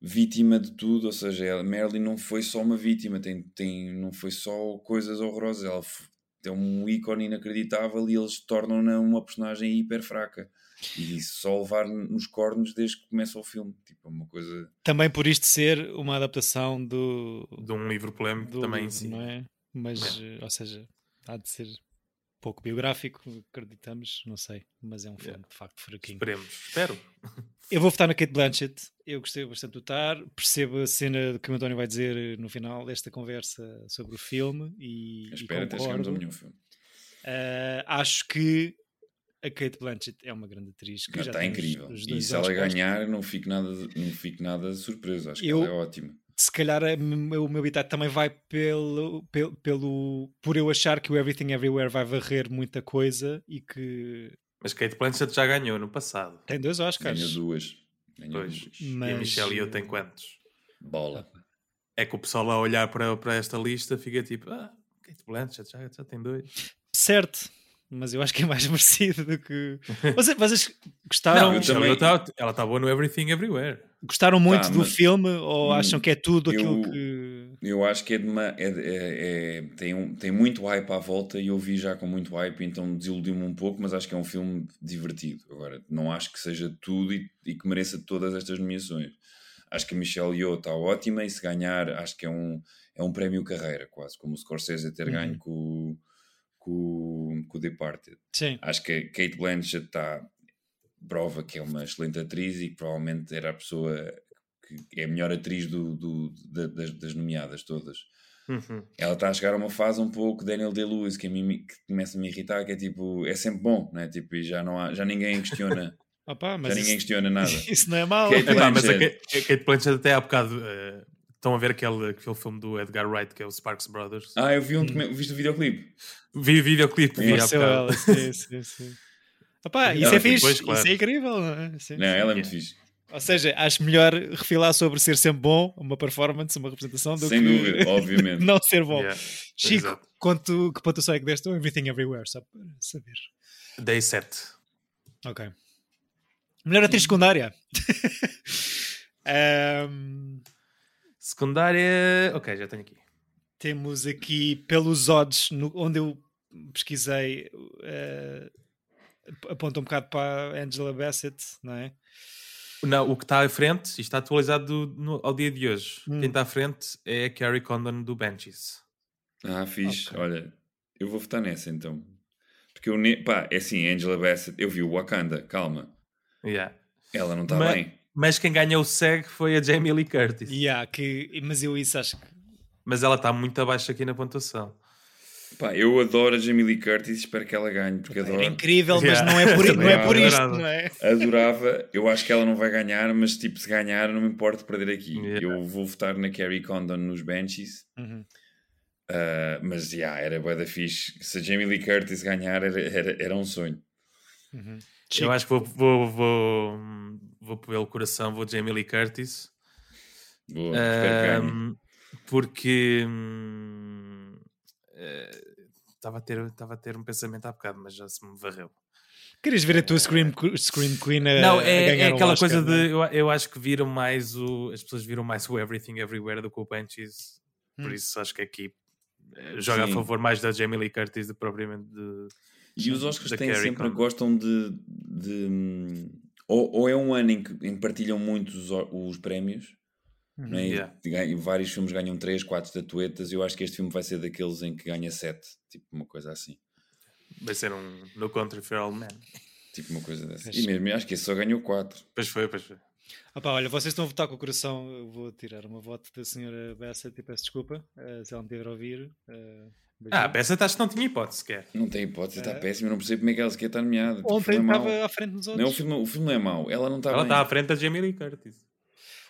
S4: vítima de tudo, ou seja, a Merlin não foi só uma vítima, tem, tem, não foi só coisas horrorosas, ela f- é um ícone inacreditável e eles tornam-na uma personagem hiper fraca e só levar nos cornos desde que começa o filme, tipo, é uma coisa
S2: Também por isto ser uma adaptação do,
S3: De um livro polémico
S2: do
S3: também,
S2: livro,
S3: sim.
S2: não é? Mas, eh, ou seja, há de ser pouco biográfico, acreditamos, não sei, mas é um filme de facto fraquinho.
S3: Esperemos, espero.
S2: Eu vou votar na Kate Blanchett, eu gostei bastante do Tar, percebo a cena do que o António vai dizer eh, no final desta conversa sobre o filme e, e
S4: espera até chegarmos ao
S2: concordo.
S4: melhor filme.
S2: Eh, acho que a Kate Blanchett é uma grande atriz que
S4: Não,
S2: já
S4: está
S2: tem os-
S4: tá incrível.
S2: os
S4: E
S2: dois
S4: se ela
S2: Oscars.
S4: ganhar, não fico nada, não fico nada surpreso. Acho que
S2: Eu-
S4: ela é ótima.
S2: se calhar a m- o meu habitat também vai pelo, pelo, pelo- por eu achar que o Everything Everywhere vai varrer muita coisa e que
S3: Mas Kate Blanchett já ganhou no passado.
S2: tem dois Oscars.
S4: Ganhou duas. Ganhou
S3: Pois.
S4: duas.
S3: E a
S2: Mas,
S3: Michelle e eu
S2: eh,
S3: tem quantos?
S4: Bola.
S3: É que o pessoal a olhar para, para esta lista fica tipo, ah, Kate Blanchett, já, já tem dois.
S2: Certo, mas eu acho que é mais merecido do que. Vocês, vocês gostaram,
S4: Não, eu também-
S3: Ela tá- Ela está boa no Everything Everywhere.
S2: gostaram muito
S4: Tá,
S2: do
S4: mas-
S2: filme ou
S4: Hum,
S2: acham que é tudo aquilo
S4: eu-
S2: que.
S4: Eu acho que é de uma, é de- é- é- tem, um- tem muito hype à volta e eu vi já com muito hype, então desiludiu-me um pouco, mas acho que é um filme divertido. Agora, não acho que seja tudo e, e que mereça todas estas nomeações. Acho que a Michelle Yeoh está ótima e se ganhar, acho que é um, é um prémio carreira, quase, como o Scorsese ter
S2: Uhum.
S4: ganho com, o- com, o- com o Departed.
S2: Sim,
S4: Acho que a Kate Blanchett está prova que é uma excelente atriz e que provavelmente era a pessoa que é a melhor atriz do- do- da- das, das nomeadas todas. Ela está a chegar a uma fase um pouco Daniel Day-Lewis que, a mim me- que começa a me irritar, que é tipo, é sempre bom, né? Tipo, e já, não há, já ninguém questiona,
S2: opá,
S4: já
S2: mas
S4: ninguém
S2: isso,
S4: questiona nada.
S2: isso não é mau.
S4: Que é-
S3: É pá, mas a
S4: Blanchett.
S3: Kate, a Kate Blanchett até há bocado. eh, estão a ver aquele, aquele filme do Edgar Wright que é o Sparks Brothers.
S4: Ah, eu vi
S2: Hum.
S4: um document- viste o videoclipe?
S3: Vi o videoclipe, vi há
S2: Apareceu
S3: bocado.
S2: ela, sim, sim, sim. Opá, isso
S4: Ela
S2: é fixe,
S3: depois, claro.
S2: isso é incrível. não é? Sim,
S4: Não,
S2: sim.
S4: ela é muito fixe.
S2: Ou seja, acho melhor refilar sobre ser sempre bom, uma performance, uma representação, do
S4: Sem
S2: que
S4: dúvida, obviamente.
S2: não ser bom.
S3: Yeah,
S2: Chico,
S3: exato.
S2: quanto, que ponto é que deste? ao Everything Everywhere, só para saber.
S3: Dei 7.
S2: Ok. Melhor
S4: Hum.
S2: atriz secundária. Ahm,
S3: Secundária. Ok, já tenho aqui.
S2: temos aqui pelos odds, no- onde eu pesquisei, eh, aponta um bocado para a Angela Bassett, não é?
S3: Não, o que está à frente, isto está atualizado do- no- ao dia de hoje.
S2: Hum.
S3: Quem está à frente é a Carrie Condon do Banshees.
S4: Ah, fixe.
S2: Ok.
S4: Olha, eu vou votar nessa então. Porque eu, ne- pá, é assim, Angela Bassett, eu vi o Wakanda, calma.
S3: Yeah.
S4: Ela não está
S3: Mas-
S4: bem.
S3: Mas quem ganhou o SEG foi a Jamie Lee Curtis.
S2: Yeah, que, mas eu isso acho que. é
S3: Mas ela está muito abaixo aqui na pontuação.
S4: Pá, eu adoro a Jamie Lee Curtis e espero que ela ganhe, porque
S2: Era
S4: adoro.
S2: é incrível, mas
S3: Yeah.
S2: não é por, i- não é
S4: Também
S2: por
S4: não é
S2: isto,
S3: nada.
S2: não é?
S4: Adorava, eu acho que ela não vai ganhar, mas tipo, se ganhar, não me importo perder aqui.
S3: Yeah.
S4: Eu vou votar na Carrie Condon nos Banshees, ah, mas já, era bué da fixe. Se a Jamie Lee Curtis ganhar, era, era, era um sonho.
S2: Chico,
S3: Eu acho que vou, vou, vou, vou pelo coração, vou Jamie Lee Curtis.
S4: Boa, espero que ganhe.
S3: Ahm, porque hum, eh, estava a ter estava a ter um pensamento há bocado, mas já se me varreu.
S2: Querias ver a tua Scream, que- Scream Queen a,
S3: não,
S2: a
S3: é,
S2: ganhar
S3: é
S2: um
S3: aquela
S2: Oscar,
S3: coisa
S2: não é?
S3: de eu, a- eu acho que viram mais o as pessoas viram mais o Everything Everywhere do que o Banshees, por
S2: Hum.
S3: isso acho que aqui eh, joga
S4: Sim.
S3: a favor mais da Jamie Lee Curtis do que propriamente de
S4: E os Oscars
S3: da
S4: têm
S3: Carrie
S4: sempre,
S3: Condon.
S4: gostam de. de, hum, ou, ou é um ano em que em que partilham muito os, o- os prémios,
S2: Uhum.
S4: não é? E
S3: Yeah.
S4: ganham- vários filmes ganham 3, 4 estatuetas. Eu acho que este filme vai ser daqueles em que ganha 7, tipo uma coisa assim.
S3: vai ser um No Country for All Men.
S4: Tipo uma coisa dessa.
S2: Acho-
S4: E mesmo, eu acho que esse só ganhou 4.
S3: Pois foi, pois foi.
S2: Ah pá, olha, vocês estão a votar com o coração. Eu vou tirar uma voto da senhora Bessa e peço desculpa eh, se ela me tiver a ouvir. eh, beijinho.
S3: Ah, Bessa acho que não tinha hipótese sequer.
S4: Não tem hipótese, está
S2: É.
S4: péssimo. Eu não percebo como é que ela sequer está nomeada. Tipo, o
S2: Ontem
S4: filme é mau.
S2: estava à frente dos
S4: Não, o
S2: outros.
S4: filme, o filme não é mau. Ela não
S2: Tá
S4: está
S3: Ela tá
S4: bem.
S3: está à frente da Jamie Lee Curtis.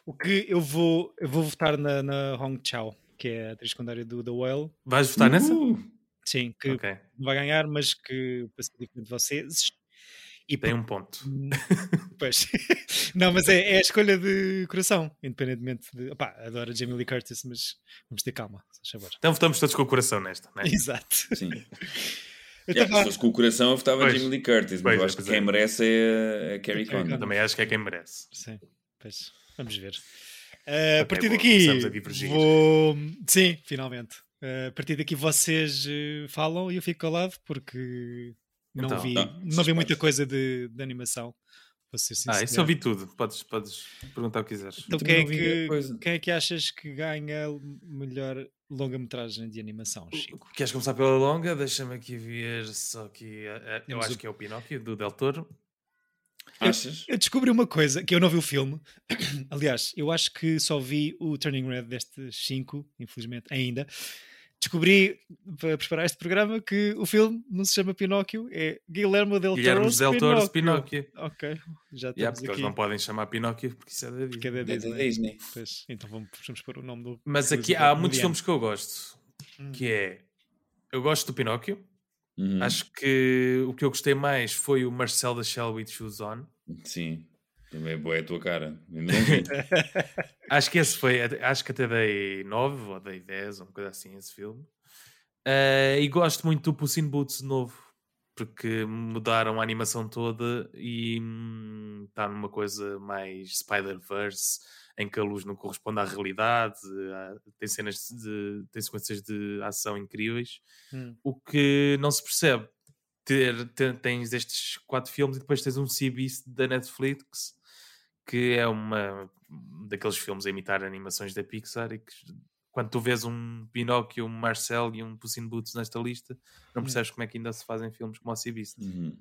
S2: o que eu vou, eu vou votar na, na Hong Chao, que é a atriz secundária do The Whale.
S3: Vais votar nessa?
S4: Uh!
S2: Sim, que
S3: Ok,
S2: não vai ganhar, mas que para ser diferente de vocês. E
S3: tem um ponto.
S2: Hum, Pois. Não, mas é, é a escolha de coração, independentemente de. Opá, adoro a Jamie Lee Curtis, mas vamos ter calma, se faz favor.
S3: Então votamos todos com o coração nesta, né?
S2: Exato.
S4: Sim.
S2: Então,
S4: Yeah,
S2: vá.
S4: se fosse com o coração, eu votava
S3: Pois.
S4: Jamie Lee Curtis, mas
S3: Pois
S4: eu
S3: é,
S4: acho que
S3: pois é.
S4: quem merece é a- a Carrie
S2: Carrie
S4: Condon.
S2: Condon.
S3: Também acho que é quem merece.
S2: Sim, pois, vamos ver. Uh, a
S3: Ok,
S2: partir
S3: boa, começamos a
S2: daqui.
S3: divergir.
S2: vou- Sim, finalmente. Uh, a partir daqui vocês uh, falam e eu fico calado porque não
S3: Então.
S2: vi,
S4: Ah,
S2: não vi muita
S4: suspense.
S2: coisa de, de animação. Vou ser
S3: Ah,
S2: sincero.
S3: isso eu vi tudo. Podes, podes perguntar o que quiseres.
S2: Então, quem
S4: Também
S2: é,
S4: não vi grande
S2: que,
S4: coisa.
S2: quem é que achas que ganha melhor longa-metragem de animação, Chico?
S3: Queres começar pela longa? Deixa-me aqui ver. Só que eh, eu
S2: Temos
S3: acho
S2: o-
S3: que é o Pinóquio do Del Toro.
S4: Achas?
S2: Eu descobri uma coisa que eu não vi o filme. Aliás, eu acho que só vi o Turning Red destes 5, infelizmente, ainda. Descobri, para preparar este programa, que o filme não se chama Pinóquio, é Guilherme Del
S3: Guilherme
S2: Toro's
S3: Del Toro de Pinóquio.
S2: Ok, já estamos
S3: Yeah, porque eles
S2: aqui.
S3: não podem chamar Pinóquio porque isso é da
S2: Porque é
S3: vida.
S2: da
S4: Da
S2: Disney.
S4: Disney.
S2: Pois, então vamos, vamos pôr o nome do.
S3: Mas
S2: do-
S3: aqui
S2: do
S3: há muitos
S2: comediante.
S3: filmes que eu gosto.
S2: Hum.
S3: Que é. Eu gosto do Pinóquio.
S4: Uhum.
S3: Acho que o que eu gostei mais foi o Marcel da Shell with Shoes On.
S4: Sim. Também é boa a tua cara. Eu não vi.
S3: Acho que esse foi, acho que até dei 9 ou dei 10, uma coisa assim, esse filme. Ah, Eh, e gosto muito do Puss in Boots novo, porque mudaram a animação toda e hum, está numa coisa mais Spider-Verse, em que a luz não corresponde à realidade, há- tem cenas de. tem sequências de ação incríveis,
S2: Hum.
S3: o que não se percebe. Ter, ter- tens estes quatro filmes e depois tens um CBS da Netflix que é uma daqueles filmes a imitar animações da Pixar e que quando tu vês um Pinóquio, um Marcel e um Puss in Boots nesta lista, não percebes como é que ainda se fazem filmes como o Cibis.
S4: Uhum.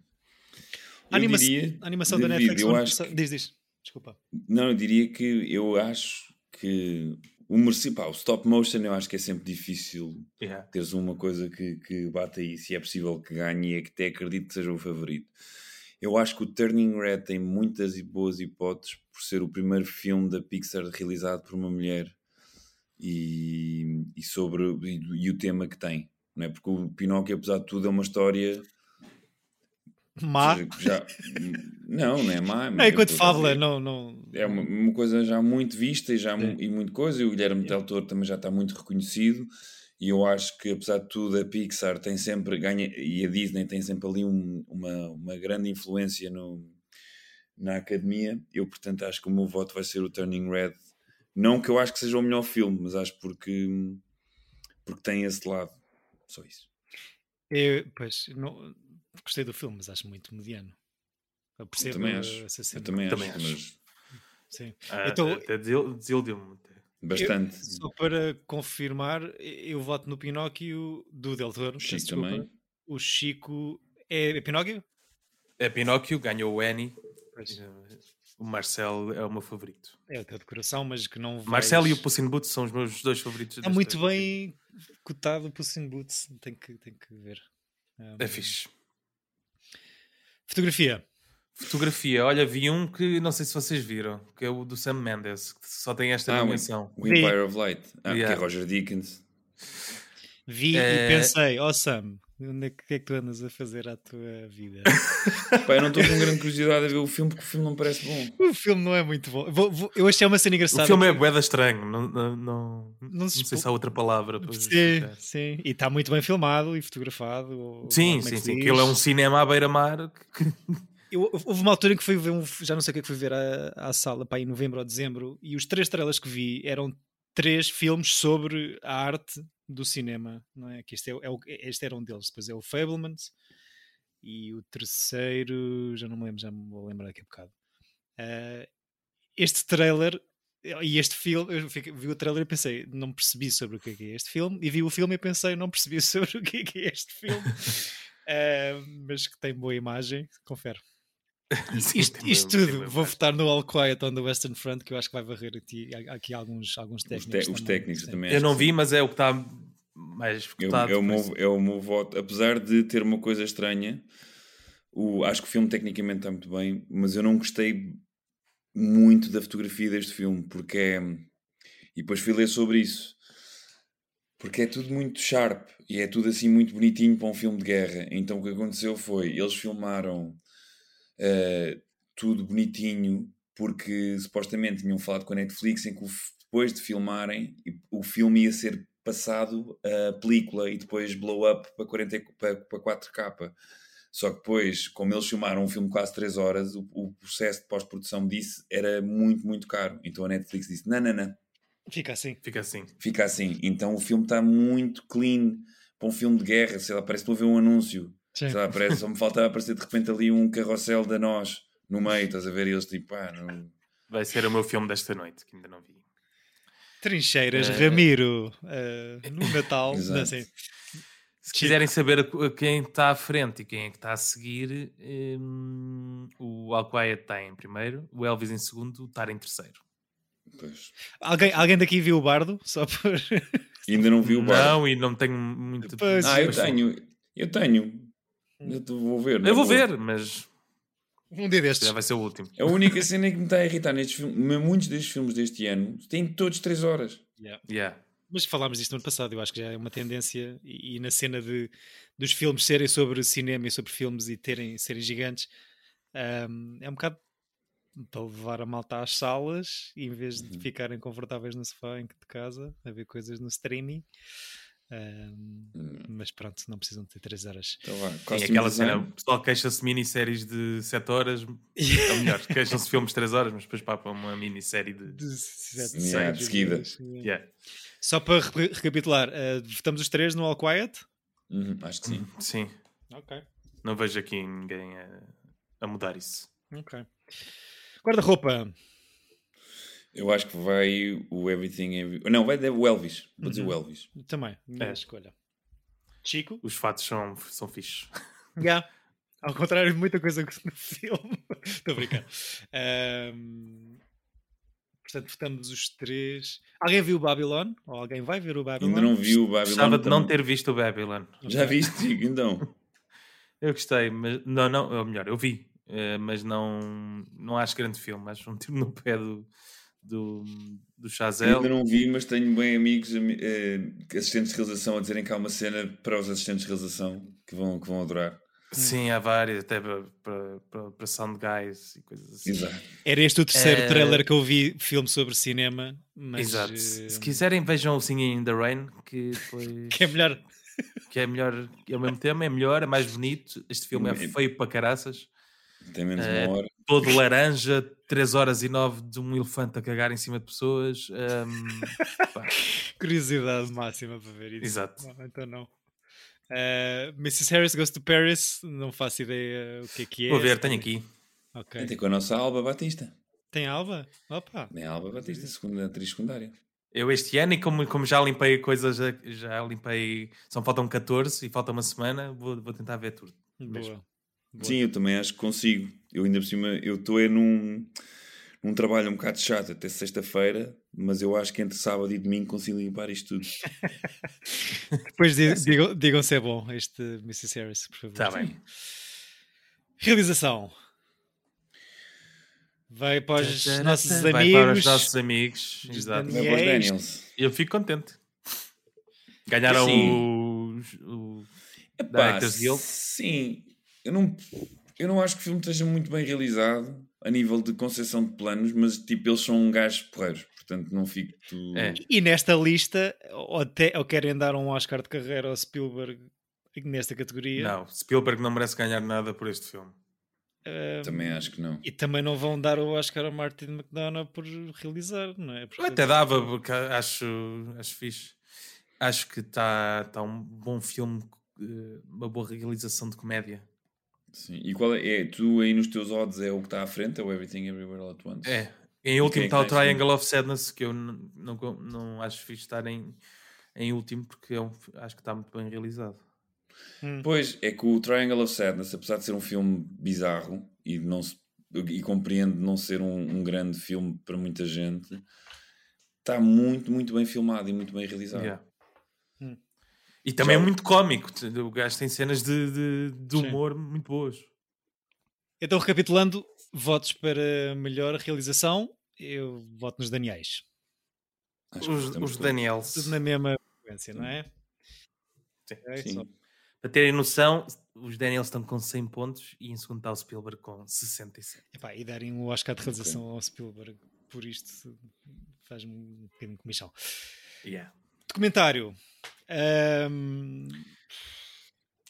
S2: A
S4: Eu
S2: anima-
S4: diria,
S2: a animação da
S4: David,
S2: Netflix.
S4: eu
S2: não-
S4: acho que-
S2: Diz, diz. Desculpa.
S4: Não, eu diria que eu acho que o merci- pá, o stop motion eu acho que é sempre difícil
S3: Yeah.
S4: teres uma coisa que, que bata aí, se é possível que ganhe e é que até acredito que seja o favorito. Eu acho que o Turning Red tem muitas e boas hipóteses por ser o primeiro filme da Pixar realizado por uma mulher e, e sobre e, e o tema que tem, não é? Porque o Pinóquio, apesar de tudo, é uma história
S2: Má.
S4: ou seja, que já não, não é má.
S2: Não, enquanto
S4: é-
S2: fábula, não. não...
S4: é uma, uma coisa já muito vista e, já,
S2: Sim.
S4: mu- e muito coisa, e o Guilherme Del Toro também já está muito reconhecido, e eu acho que apesar de tudo a Pixar tem sempre, ganha, e a Disney tem sempre ali um- uma, uma grande influência no, na academia, eu portanto acho que o meu voto vai ser o Turning Red, não que eu acho que seja o melhor filme, mas acho porque, porque tem esse lado, só isso.
S2: Eu, pois, não, gostei do filme, mas acho muito mediano. Eu percebo eh,
S4: também acho.
S2: essa
S4: Eu
S2: cena.
S4: também,
S3: Também
S4: acho,
S3: acho.
S4: mas
S2: Sim.
S3: Ah,
S2: Então-
S3: até desil- Desiludiu-me.
S4: bastante.
S2: Eu- só para confirmar, eu voto no Pinóquio do Del Toro.
S4: O
S2: peço
S4: Chico
S2: desculpa.
S4: também.
S2: O Chico é, é Pinóquio?
S3: É Pinóquio, ganhou o Annie. eh,
S2: Pois,
S3: O Marcel é o meu favorito.
S2: É o teu decoração, mas que não vai.
S3: Marcel e o Puss in Boots são os meus dois favoritos.
S2: Está
S3: desta-
S2: É muito bem cotado o Puss in Boots. Tem que, tem que ver. Ah,
S3: É fixe.
S2: Fotografia.
S3: Fotografia. Olha, vi um que não sei se vocês viram, que é o do Sam Mendes, que só tem esta
S4: Ah, o-
S3: animação.
S4: O Empire of Light, ah, que é
S3: Yeah.
S4: Roger Dickens.
S2: Vi
S3: É-
S2: e pensei, oh Sam, onde é que, o que é que tu andas a fazer à tua vida?
S4: Pá, eu não estou com grande curiosidade a ver o filme porque o filme não me parece bom.
S2: o filme não é muito bom. Vou- vou- eu achei uma cena engraçada.
S3: O filme é boeda estranho, não, não, não,
S2: Não
S3: não
S2: se
S3: sei
S2: expo-
S3: se é há outra palavra para
S2: Sim,
S3: justificar.
S2: sim. E está muito bem filmado e fotografado. ou- como
S3: Sim,
S2: é
S3: sim,
S2: que se
S3: sim.
S2: diz.
S3: Aquilo é um cinema à beira-mar. que- que-
S2: Eu- houve uma altura em que fui ver um. Já não sei o que é que fui ver à, à sala, para em novembro ou dezembro, e os três estrelas que vi eram três filmes sobre a arte do cinema, não é? Que este, é, o- é o- este era um deles. Depois é o Fablemans e o terceiro, já não me lembro, já me vou lembrar daqui a bocado. Ah, este trailer e este filme, eu fiquei- vi o trailer e pensei, não percebi sobre o que é que é este filme, e vi o filme e pensei, não percebi sobre o que é que é este filme, Ah, mas que tem boa imagem, confere.
S3: Sim,
S2: Isto,
S3: tem
S2: isto
S3: uma- tem
S2: tudo,
S3: uma-
S2: vou votar no All Quiet on the Western Front, que eu acho que vai varrer aqui, aqui alguns, alguns
S4: Os,
S2: técnicos.
S4: te- os
S2: também,
S4: técnicos
S2: sim.
S4: também.
S3: Eu
S4: acho
S3: não
S4: que
S3: vi,
S4: sim.
S3: mas é o que está mais
S4: Eu-
S3: escutado.
S4: É o, meu, é o meu voto. Apesar de ter uma coisa estranha, o, acho que o filme tecnicamente está muito bem, mas eu não gostei muito da fotografia deste filme, porque é. E depois fui ler sobre isso. Porque é tudo muito sharp e é tudo assim muito bonitinho para um filme de guerra. Então o que aconteceu foi, eles filmaram eh, tudo bonitinho porque supostamente tinham falado com a Netflix em que o f- depois de filmarem e- o filme ia ser passado a película e depois blow up para, 40, e- para, para 4K. Só que depois, como eles filmaram um filme de quase 3 horas, o, o processo de pós-produção disso era muito, muito caro. Então a Netflix disse: não, não, não,
S2: Fica assim.
S3: Fica assim.
S4: fica assim. Então o filme está muito clean para um filme de guerra. Sei lá, parece que estou a ver um anúncio.
S2: Sim.
S4: Sei lá, parece, só me faltava aparecer de repente ali um carrossel da nós no meio. Estás a ver? E eles tipo, ah, não.
S3: Vai ser o meu filme desta noite, que ainda não vi.
S2: Trincheiras,
S3: Eh,
S2: Ramiro, eh, no Natal. assim. não
S4: É. Exato.
S2: sei.
S3: Se
S2: Chico.
S3: quiserem saber a co- a quem está à frente e quem é que está a seguir, hum, o Al Quiet está em primeiro, o Elvis em segundo, o Tar em terceiro.
S4: Pois.
S2: Alguém, alguém daqui viu o Bardo? Só por.
S4: Ainda não vi o bar.
S3: Não, e não tenho muito.
S2: Pois,
S4: Ah, eu
S2: Mas-
S4: tenho. Eu tenho. Eu te- vou ver. não
S3: Eu vou ver, mas
S2: Um dia destes.
S3: já vai ser o último.
S4: A única cena que me está a irritar nestes filmes, muitos destes filmes deste ano, têm todos 3 horas.
S3: Yeah.
S2: Mas falámos disto no ano passado, eu acho que já é uma tendência. E, e na cena de, dos filmes serem sobre cinema e sobre filmes e terem, serem gigantes, ahm, é um bocado para levar a malta às salas, em vez de
S4: Uhum.
S2: ficarem confortáveis no sofá em de casa, a ver coisas no streaming. Um,
S4: Hum,
S2: mas pronto, não precisam de ter 3 horas.
S4: Então vá,
S3: Sim,
S4: costume
S3: aquela
S4: design.
S3: cena, o pessoal queixa-se de minisséries de 7 horas, ou melhor, queixam-se de filmes de 3 horas, mas depois pá, para uma minissérie de.
S2: De sete,
S4: Sim, yeah,
S2: seis,
S4: de seguida.
S2: sim.
S3: Yeah.
S2: Só para re- recapitular, eh, votamos os três no All Quiet?
S4: Uhum, acho que sim.
S3: Sim,
S2: Ok.
S3: não vejo aqui ninguém a, a mudar isso.
S2: Ok. Guarda-roupa.
S4: Eu acho que vai o Everything. Every- Não, vai de- o Elvis. Vou dizer
S2: Uhum.
S4: o Elvis.
S2: Também, minha
S3: É.
S2: escolha. Chico?
S3: Os fatos são, são fixos.
S2: Yeah. Ao contrário de muita coisa que no filme. Estou a brincar. Ahm, portanto, votamos os três. Alguém viu o Babylon? Ou alguém vai ver o Babylon?
S4: Ainda não vi o Babylon.
S3: Gostava de não
S4: também.
S3: ter visto o Babylon.
S4: Já viste, Chico? Então.
S3: Eu gostei, mas não, não, ou melhor, eu vi, eh, mas não, não acho grande filme, acho um tiro no pé do, do, do Chazelle.
S4: Ainda não vi, mas tenho bem amigos, ami- eh, assistentes de realização, a dizerem que há uma cena para os assistentes de realização que vão, que vão adorar.
S3: Sim, há vários, até para- para para- para Sound Guys e coisas assim.
S4: Exato.
S2: Era este o terceiro
S3: Eh,
S2: trailer que eu vi, filme sobre cinema. Mas,
S3: Exato.
S2: eh,
S3: Se quiserem, vejam o Singing in the Rain, que, depois-
S2: Que é melhor.
S3: que é melhor, é o mesmo tema, é melhor, é mais bonito. Este filme é
S4: Mesmo.
S3: feio para caraças.
S4: Tem menos de
S3: Eh,
S4: uma hora.
S3: Todo laranja, 3 horas e 9 de um elefante a cagar em cima de pessoas. Hum, ahm, pá,
S2: Curiosidade máxima para ver isso.
S3: Exato.
S2: Não, então não. Eh, Mrs. Harris Goes to Paris, não faço ideia o que é que é.
S3: Vou ver, tenho aqui.
S2: Ok.
S4: Tem com a nossa Alba Batista.
S2: Tem Alba? Opa!
S4: Nem a Alba Batista, segunda atriz secundária.
S3: Eu este ano, e como, como já limpei coisas, já, já limpei. Só faltam 14 e falta uma semana, vou, vou tentar ver tudo.
S2: Boa. Boa.
S4: Sim, eu também acho que consigo. Eu ainda por cima, eu estou é num, num trabalho um bocado chato até sexta-feira, mas eu acho que entre sábado e domingo consigo limpar isto tudo.
S2: Depois di- digam, digam se é bom este Mrs. Harris, por favor.
S3: Está Tá bem.
S2: Realização. Vai para os nossos
S3: Vai
S2: amigos.
S3: para os nossos amigos.
S2: dos
S3: Exato.
S4: Vai para os
S2: E é isto.
S4: Daniels.
S3: Eu fico contente. Ganharam
S4: Sim.
S3: os. o-
S4: Epá,
S3: Directors Guild.
S4: Sim, eu não, eu não acho que o filme esteja muito bem realizado a nível de concessão de planos, mas tipo, eles são um gajo porreiros, portanto não fico. tu-
S3: É.
S2: E nesta lista, ou, até, ou querem dar um Oscar de carreira ao Spielberg nesta categoria.
S3: Não, Spielberg não merece ganhar nada por este filme.
S2: eh,
S4: Também acho que não.
S2: E também não vão dar o Oscar ao Martin McDonough por realizar, não é?
S3: Eu até dava, porque acho, acho fixe. Acho que está tá um bom filme, eh, uma boa realização de comédia.
S4: Sim. E qual é? é? Tu aí nos teus odds é o que está à frente, é o Everything Everywhere All at Once.
S3: É. Em
S4: quem
S3: último
S4: é que
S3: está o
S4: está em segundo?
S3: Triangle of Sadness, que eu n- não, co- não acho fixe estar em, em último, porque é um fi- acho que está muito bem realizado.
S2: Hum.
S4: Pois, é que o Triangle of Sadness, apesar de ser um filme bizarro e, de não se, e compreendo não ser um, um grande filme para muita gente, está muito, muito bem filmado e muito bem realizado.
S3: Yeah.
S2: Hum.
S3: E também
S4: Já-
S3: é muito cómico. t- O gajo tem cenas de, de- de
S2: Sim.
S3: humor muito boas.
S2: Então, recapitulando, votos para melhor realização, eu voto nos Daniels.
S4: Acho que
S3: Os,
S4: estamos
S3: os
S4: todos-
S3: Daniels.
S2: Tudo na mesma frequência, não é?
S3: Sim.
S2: É
S4: Sim.
S2: só-
S3: Para terem noção, os Daniels estão com 100 pontos e em segundo está o Spielberg com 67.
S2: Epá, e darem um Oscar de realização ao Spielberg por isto faz-me um bocadinho de comichão.
S3: Yeah.
S2: Documentário. Ahm,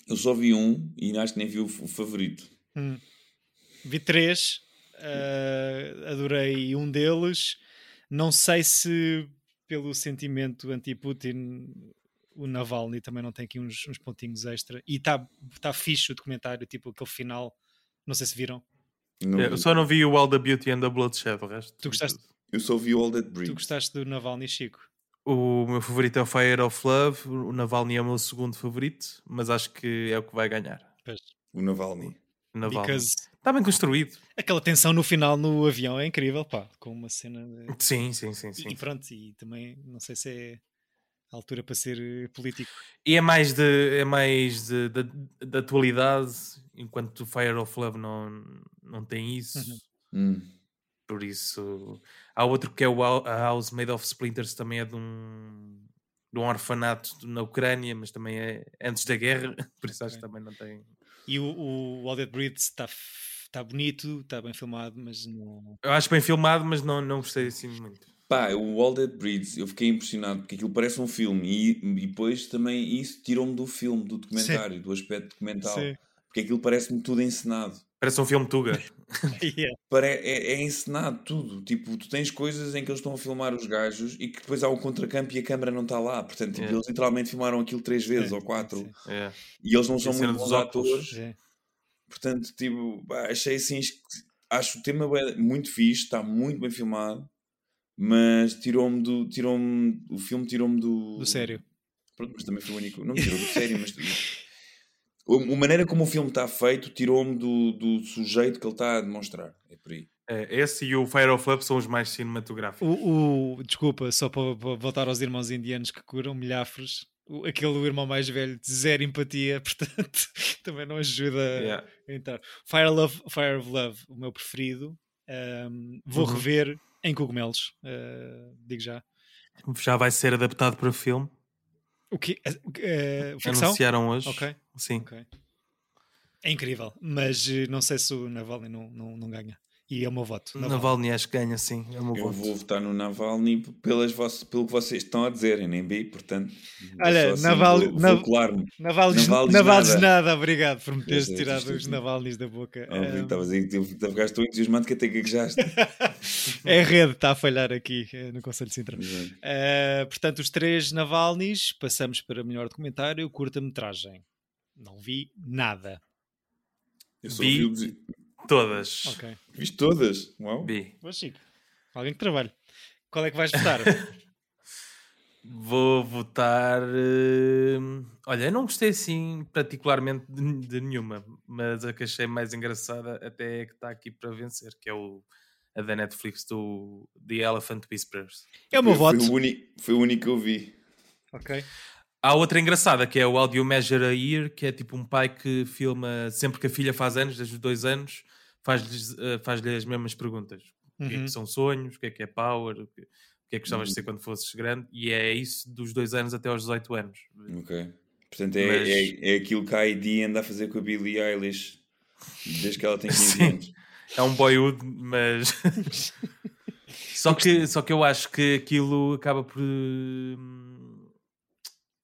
S4: Eu só vi um e acho que nem vi o, f- o favorito.
S2: hum, vi três, ah, adorei um deles. Não sei se pelo sentimento anti-Putin o Navalny também não tem aqui uns, uns pontinhos extra. E está tá fixe o documentário, tipo aquele final. Não sei se viram.
S4: Não
S3: É, Eu
S4: vi.
S3: só não vi o All the Beauty and the Bloodshed, o resto.
S2: Tu gostaste?
S4: Eu só vi o All That
S2: Tu
S4: Brings.
S2: gostaste do Navalny, Chico?
S3: O meu favorito é o Fire of Love, o Navalny é o meu segundo favorito, mas acho que é o que vai ganhar.
S2: Pois.
S4: O Navalny.
S3: Navalny.
S2: Because
S3: Está bem construído.
S2: aquela tensão no final no avião é incrível, pá, com uma cena. de-
S3: Sim, sim, sim,
S2: E
S3: sim.
S2: pronto, e também não sei se é a altura para ser eh, político.
S3: E é mais de é mais de, da- da atualidade, enquanto o Fire of Love não, não tem isso.
S2: Uhum.
S4: Hum.
S3: Por isso. Há outro que é o Hou- a House Made of Splinters, também é de um, de um orfanato de- na Ucrânia, mas também é antes da guerra, por isso acho que também não tem.
S2: E o, o tá All Dead Breeds está f- está bonito, está tá bem filmado, mas não.
S3: Eu acho bem filmado, mas não, não gostei assim muito.
S4: Pá, o All That Breeds, eu fiquei impressionado porque aquilo parece um filme e, e depois também isso tirou-me do filme, do documentário, do aspecto documental.
S2: Sim.
S4: Porque aquilo parece-me tudo encenado.
S3: Parece um filme Tuga.
S2: Yeah.
S4: Pare- É, é encenado tudo. Tipo, tu tens coisas em que eles estão a filmar os gajos e que depois há o contracampo e a câmara não está lá. Portanto, tipo,
S3: É.
S4: eles literalmente filmaram aquilo três vezes
S2: É,
S4: ou quatro
S2: sim.
S3: É.
S4: e eles não
S3: a
S4: são
S3: cena
S4: muito
S3: dos
S4: bons
S3: óculos.
S4: atores.
S2: Sim.
S4: Portanto, tipo, pá, achei assim. esqui- Acho o tema bué- muito fixe, está muito bem filmado, mas tirou-me do. Tirou-me, o filme tirou-me do.
S2: Do sério.
S4: Pronto, mas também foi o único. Não me tirou do sério, mas. A a maneira como o filme está feito tirou-me do, do sujeito que ele está a demonstrar. É por aí.
S3: É, Esse e o Fire of Up são os mais cinematográficos.
S2: O, o- desculpa, só para, para voltar aos irmãos indianos que curam milhafres. o- Aquele irmão mais velho de zero empatia, portanto, também não ajuda
S3: Yeah.
S2: a entrar. Fire, Love, Fire of Love, o meu preferido. Ahm, vou
S3: Uhum.
S2: rever em cogumelos, ah, digo já.
S3: Já vai ser adaptado para filme.
S2: O que? eh, ficção?
S3: Anunciaram hoje.
S2: Ok.
S3: Sim.
S2: Ok. É incrível, mas eh, não sei se o Navalny não, não, não ganha. E é o meu voto. Navalny.
S3: Navalny acho que ganha, sim. É o meu
S4: Eu
S3: voto.
S4: vou votar no Navalny pelas vossas, pelo que vocês estão a dizerem, nem vi, portanto. vou
S2: Olha,
S4: só assim,
S2: Naval-
S4: vou- vou
S2: Nav-
S4: colar-me.
S2: Navalny's,
S4: Navalny's
S2: Navalny's
S4: nada.
S2: nada. obrigado por me teres
S4: sei,
S2: tirado
S4: isto-
S2: os Navalny's da boca. Eh,
S4: Ah, Vitor,
S2: Ahm,
S4: Estavas aí, tipo, ficaste tão entusiasmado que até gaguejaste.
S2: é a rede, está a falhar aqui eh, no Conselho de Sintra.
S4: Exato.
S2: Ah, portanto, os três Navalny's, passamos para melhor documentário, curta-metragem. Não vi nada.
S4: Eu
S3: Vi-
S4: vi o que-
S3: Todas.
S2: Ok.
S4: Viste todas? Uau.
S3: Bi.
S2: Mas Chico, alguém que trabalhe. Qual é que vais votar?
S3: Vou votar. hum, Olha, eu não gostei assim particularmente de, de nenhuma, mas a que achei mais engraçada até é que está aqui para vencer, que é o, a da Netflix do The Elephant Whisperers.
S2: é o meu
S4: Eu- foi
S2: voto.
S4: o único- Foi o único que eu vi.
S2: Ok.
S3: Há outra engraçada que é o Audio Measure a Year, que é tipo um pai que filma sempre que a filha faz anos, desde os dois anos, faz-lhes, eh, faz-lhe as mesmas perguntas. O que é
S2: Uhum.
S3: que são sonhos, o que é que é power, o que, o que é que gostavas de ser quando fosses grande, e é isso dos dois anos até aos 18 anos.
S4: Ok. Portanto, é,
S3: Mas-
S4: é, é aquilo que a ID anda a fazer com a Billie Eilish desde que ela tem 15
S3: Sim.
S4: anos.
S3: É um boyhood, mas. só, que, só que eu acho que aquilo acaba por. hum,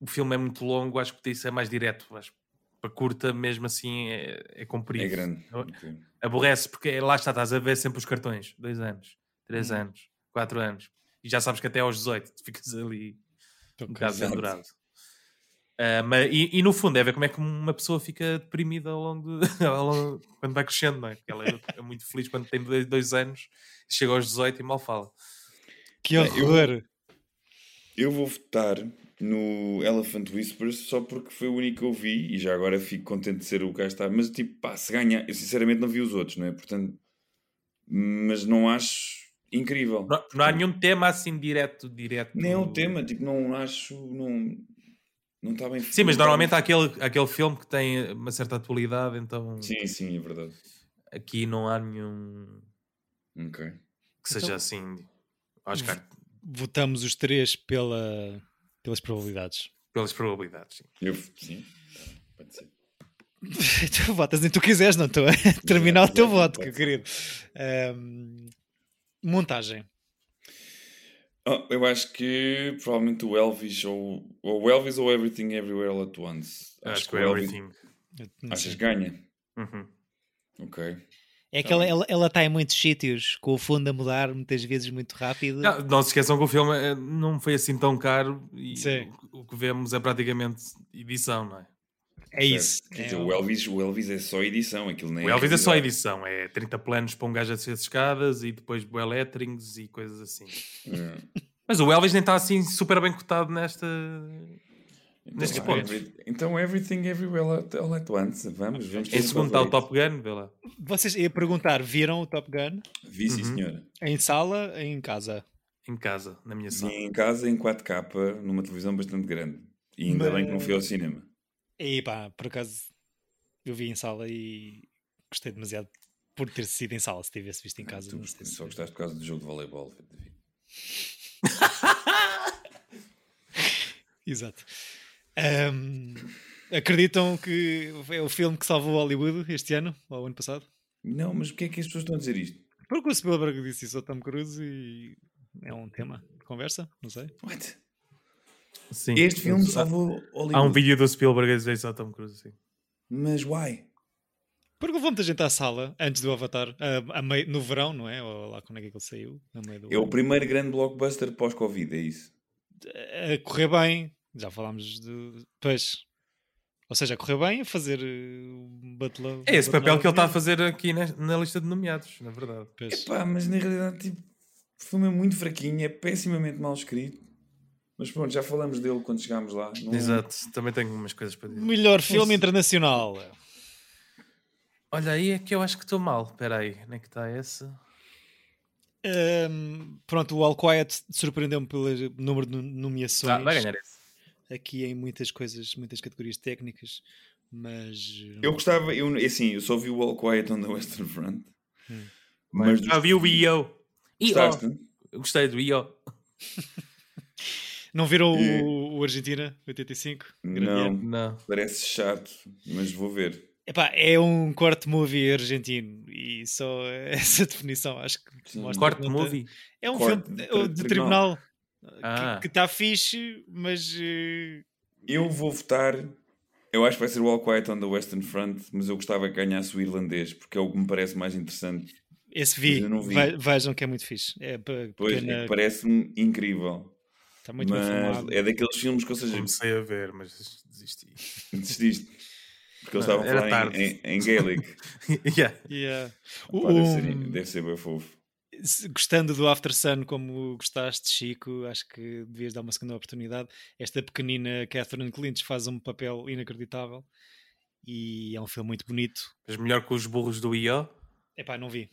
S3: O filme é muito longo, acho que isso é mais direto. Acho que para curta, mesmo assim, é, é comprido.
S4: É grande.
S3: Eu-
S4: Ok.
S3: aborrece, porque é- lá está, estás a ver sempre os cartões. Dois anos, três
S4: Uhum.
S2: Hum.
S3: anos, quatro anos. E já sabes que até aos 18 tu ficas ali um bocado
S4: Exato.
S3: pendurado. Ah, mas, e, e no fundo é ver como é que uma pessoa fica deprimida ao longo de, ao longo- quando vai crescendo, não é? Porque Ela é, é muito feliz quando tem dois, dois anos, chega aos 18 e mal fala.
S2: Que horror.
S4: Eu vou votar no Elephant Whispers só porque foi o único que eu vi e já agora fico contente de ser o gajo que está. Mas tipo, pá, se ganhar, eu sinceramente não vi os outros, não é? Portanto, mas não acho incrível.
S3: Não, não há nenhum tema assim direto, direto.
S4: Nem é o tema, tipo, não acho. Não, não está bem
S3: Sim, mas
S4: não tá bem-
S3: normalmente há aquele, aquele filme que tem uma certa atualidade, então
S4: Sim, sim, é verdade.
S3: aqui não há nenhum
S4: Ok.
S3: que seja
S2: Então-
S3: assim. Oscar,
S2: Votamos os três pela, pelas probabilidades.
S3: pelas probabilidades. sim.
S4: Eu, sim, tá bem, pode ser.
S2: tu votas nem tu quiseres, não estou a terminar o teu
S4: exato,
S2: voto,
S4: pode
S2: querido. Ahm, montagem.
S4: Ah, eu acho que provavelmente o Elvis ou, ou o Elvis ou Everything Everywhere All at Once.
S3: Acho, que o Everything.
S2: Eu não
S4: Achas
S2: sei.
S4: que ganha?
S3: Uhum.
S4: Ok.
S2: É que ela está ela, tá em muitos sítios, com o fundo a mudar muitas vezes muito rápido.
S3: Não, não se esqueçam que o filme eh, não foi assim tão caro e
S2: Sim.
S3: o o que vemos é praticamente edição, não é?
S2: é isso.
S4: Quer
S2: É
S4: dizer,
S2: o-
S4: o, Elvis, o Elvis é só edição, aquilo nem
S3: o Elvis é só
S4: realidade.
S3: edição, é 30 planos para um gajo a ser escadas e depois bué letterings e coisas assim.
S4: É.
S3: Mas o Elvis nem está assim super bem cotado nesta.
S4: Então,
S3: Nestes
S4: ah,
S3: pontos.
S4: every- então, Everything Everywhere All at- All at Once. Vamos, vamos. ter
S3: Em
S4: um
S3: É segundo está o
S4: favorito.
S3: Top Gun, vê lá.
S2: Vocês ia perguntar, viram o Top Gun?
S4: Vi, sim,
S3: Uhum.
S4: senhora.
S2: Em sala, em casa?
S3: Em casa, na minha
S4: Sim,
S3: sala.
S4: em casa, em 4K, numa televisão bastante grande. E ainda bem que não fui ao cinema.
S2: E pá, por acaso, eu vi em sala e gostei demasiado por ter sido em sala, se tivesse visto em casa.
S4: Ah, Tu
S2: não sei se-
S4: só gostaste por causa do jogo de voleibol. David.
S2: Exato. Ahm, acreditam que é o filme que salvou Hollywood este ano, ou ano passado?
S4: Não, mas porquê é que as pessoas estão a dizer isto?
S2: Porque o Spielberg disse isso ao Tom Cruise e é um tema de conversa, não sei.
S4: What?
S3: Sim.
S4: Este filme
S3: Há-
S4: salvou Hollywood.
S3: Há um vídeo do Spielberg a dizer isso ao Tom Cruise, sim.
S4: Mas why?
S2: Porque levou muita gente à sala antes do Avatar, a, a meio- no verão, não é? Ou lá quando é que ele saiu? A meio do
S4: É o primeiro grande blockbuster pós-Covid, é isso.
S2: a correr bem, já falámos de. Pois. Ou seja, a correr bem a fazer eh, um batelão.
S3: É esse
S2: um
S3: papel
S2: batelão
S3: que ele está a
S2: mesmo.
S3: fazer aqui na, na lista de nomeados, na verdade.
S2: Pois.
S4: Epá, mas na realidade, tipo, o filme é muito fraquinho, é pessimamente mal escrito. Mas pronto, já falamos dele quando chegámos lá. Não-
S3: Exato, também tenho umas coisas para dizer.
S2: Melhor filme internacional.
S3: Olha, aí é que eu acho que estou mal. Espera aí, onde é que está esse?
S2: Ahm, pronto, o All Quiet surpreendeu-me pelo número de nomeações.
S3: Ah, vai ganhar esse.
S2: Aqui em muitas coisas, muitas categorias técnicas, mas. eh,
S4: Eu gostava, eu, assim, eu só vi o All Quiet on the Western Front.
S2: Hum.
S4: Mas
S3: Já vi o I.O.
S4: gostaste?
S3: I.O. Eu Gostei do I.O.
S2: Não viram
S4: E-
S2: o, o Argentina 85? Grande ano.
S4: Não,
S3: Não.
S4: parece chato, mas vou ver.
S2: Epá, é um corte movie argentino e só essa definição acho que
S4: Sim.
S2: mostra
S3: Corte
S2: quanta-
S3: movie.
S2: É um
S4: Corte
S2: filme
S4: de
S2: de,
S4: tri-
S2: de tribunal,
S4: tribunal.
S3: Ah.
S2: que está fixe, mas eh,
S4: Eu vou votar. Eu acho que vai ser o All Quiet on the Western Front, mas eu gostava que ganhasse o irlandês, porque é o que me parece mais interessante.
S2: esse vi,
S4: Mas eu não vi.
S2: Ve- vejam que é muito fixe. É pe-
S4: Pois, é
S2: pequena,
S4: que parece-me incrível.
S2: está tá muito bem
S4: mas
S2: filmado.
S4: é daqueles filmes que, ou seja,
S3: Comecei a ver, mas desisti.
S4: desististe. Porque eles
S3: Não,
S4: estavam
S3: era
S4: a falar
S3: tarde.
S4: em, em, em Gaelic.
S3: yeah.
S2: Yeah.
S4: Pá, deve, ser,
S3: Hum.
S2: Um,
S4: deve ser bem fofo.
S2: se- Gostando do After Sun como gostaste, Chico, acho que devias dar uma segunda oportunidade. Esta pequenina Catherine Clinch faz um papel inacreditável e é um filme muito bonito.
S3: Mas melhor que os burros do I.O.
S2: Epá, não vi.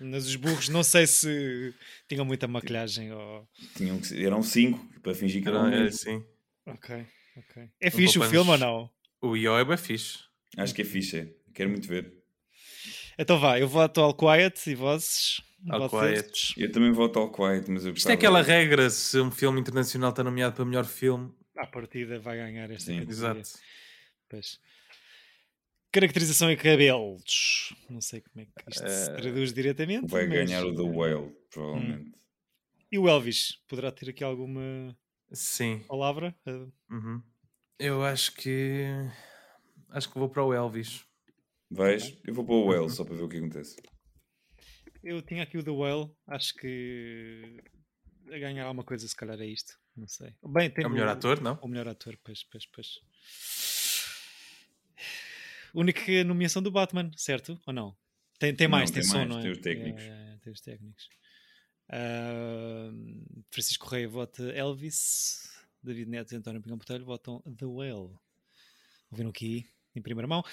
S2: Mas os burros, não sei se tinham muita maquilhagem ou.
S4: Tinham que ser- eram cinco para fingir que eram
S3: Era, era
S4: mesmo.
S3: assim.
S2: Ok, ok. É fixe o
S3: poupamos-
S2: filme ou não?
S3: O I.O. é bem fixe.
S4: Acho que é ficha. Quero muito ver.
S2: Então vá, eu voto ao Quiet e vozes.
S3: All Quiet.
S4: Eu também voto ao Quiet, mas eu
S3: Isto é
S4: gostava.
S3: aquela regra, se um filme internacional está nomeado para melhor filme.
S2: A partida vai ganhar esta
S4: Sim.
S2: categoria.
S3: Exato.
S2: Pois. Caracterização e cabelos. Não sei como é que isto se
S3: Eh,
S2: traduz diretamente.
S4: Vai
S2: mas-
S4: ganhar o The Whale, provavelmente.
S3: Hum.
S2: E o Elvis? Poderá ter aqui alguma
S3: Sim.
S2: palavra? Eh,
S3: Uhum. Eu acho que. Acho que vou para o Elvis.
S4: Vais? Eu vou para o
S3: Uhum.
S4: Whale só para ver o que acontece.
S2: Eu tinha aqui o The Whale. Acho que a ganhar alguma coisa, se calhar, é isto. Não sei. Bem, tem
S3: É o melhor ator, não?
S2: O melhor ator, pois, pois, pois. Única nomeação do Batman, certo? Ou não? Tem, tem
S4: Não,
S2: mais, tem,
S4: tem
S2: só,
S4: mais,
S2: não é?
S4: tem os técnicos.
S2: É, tem os técnicos. Ah, Francisco Correia vota Elvis. David Neto e António Pinhão Botelho votam The Whale. Ouviram aqui em primeira mão.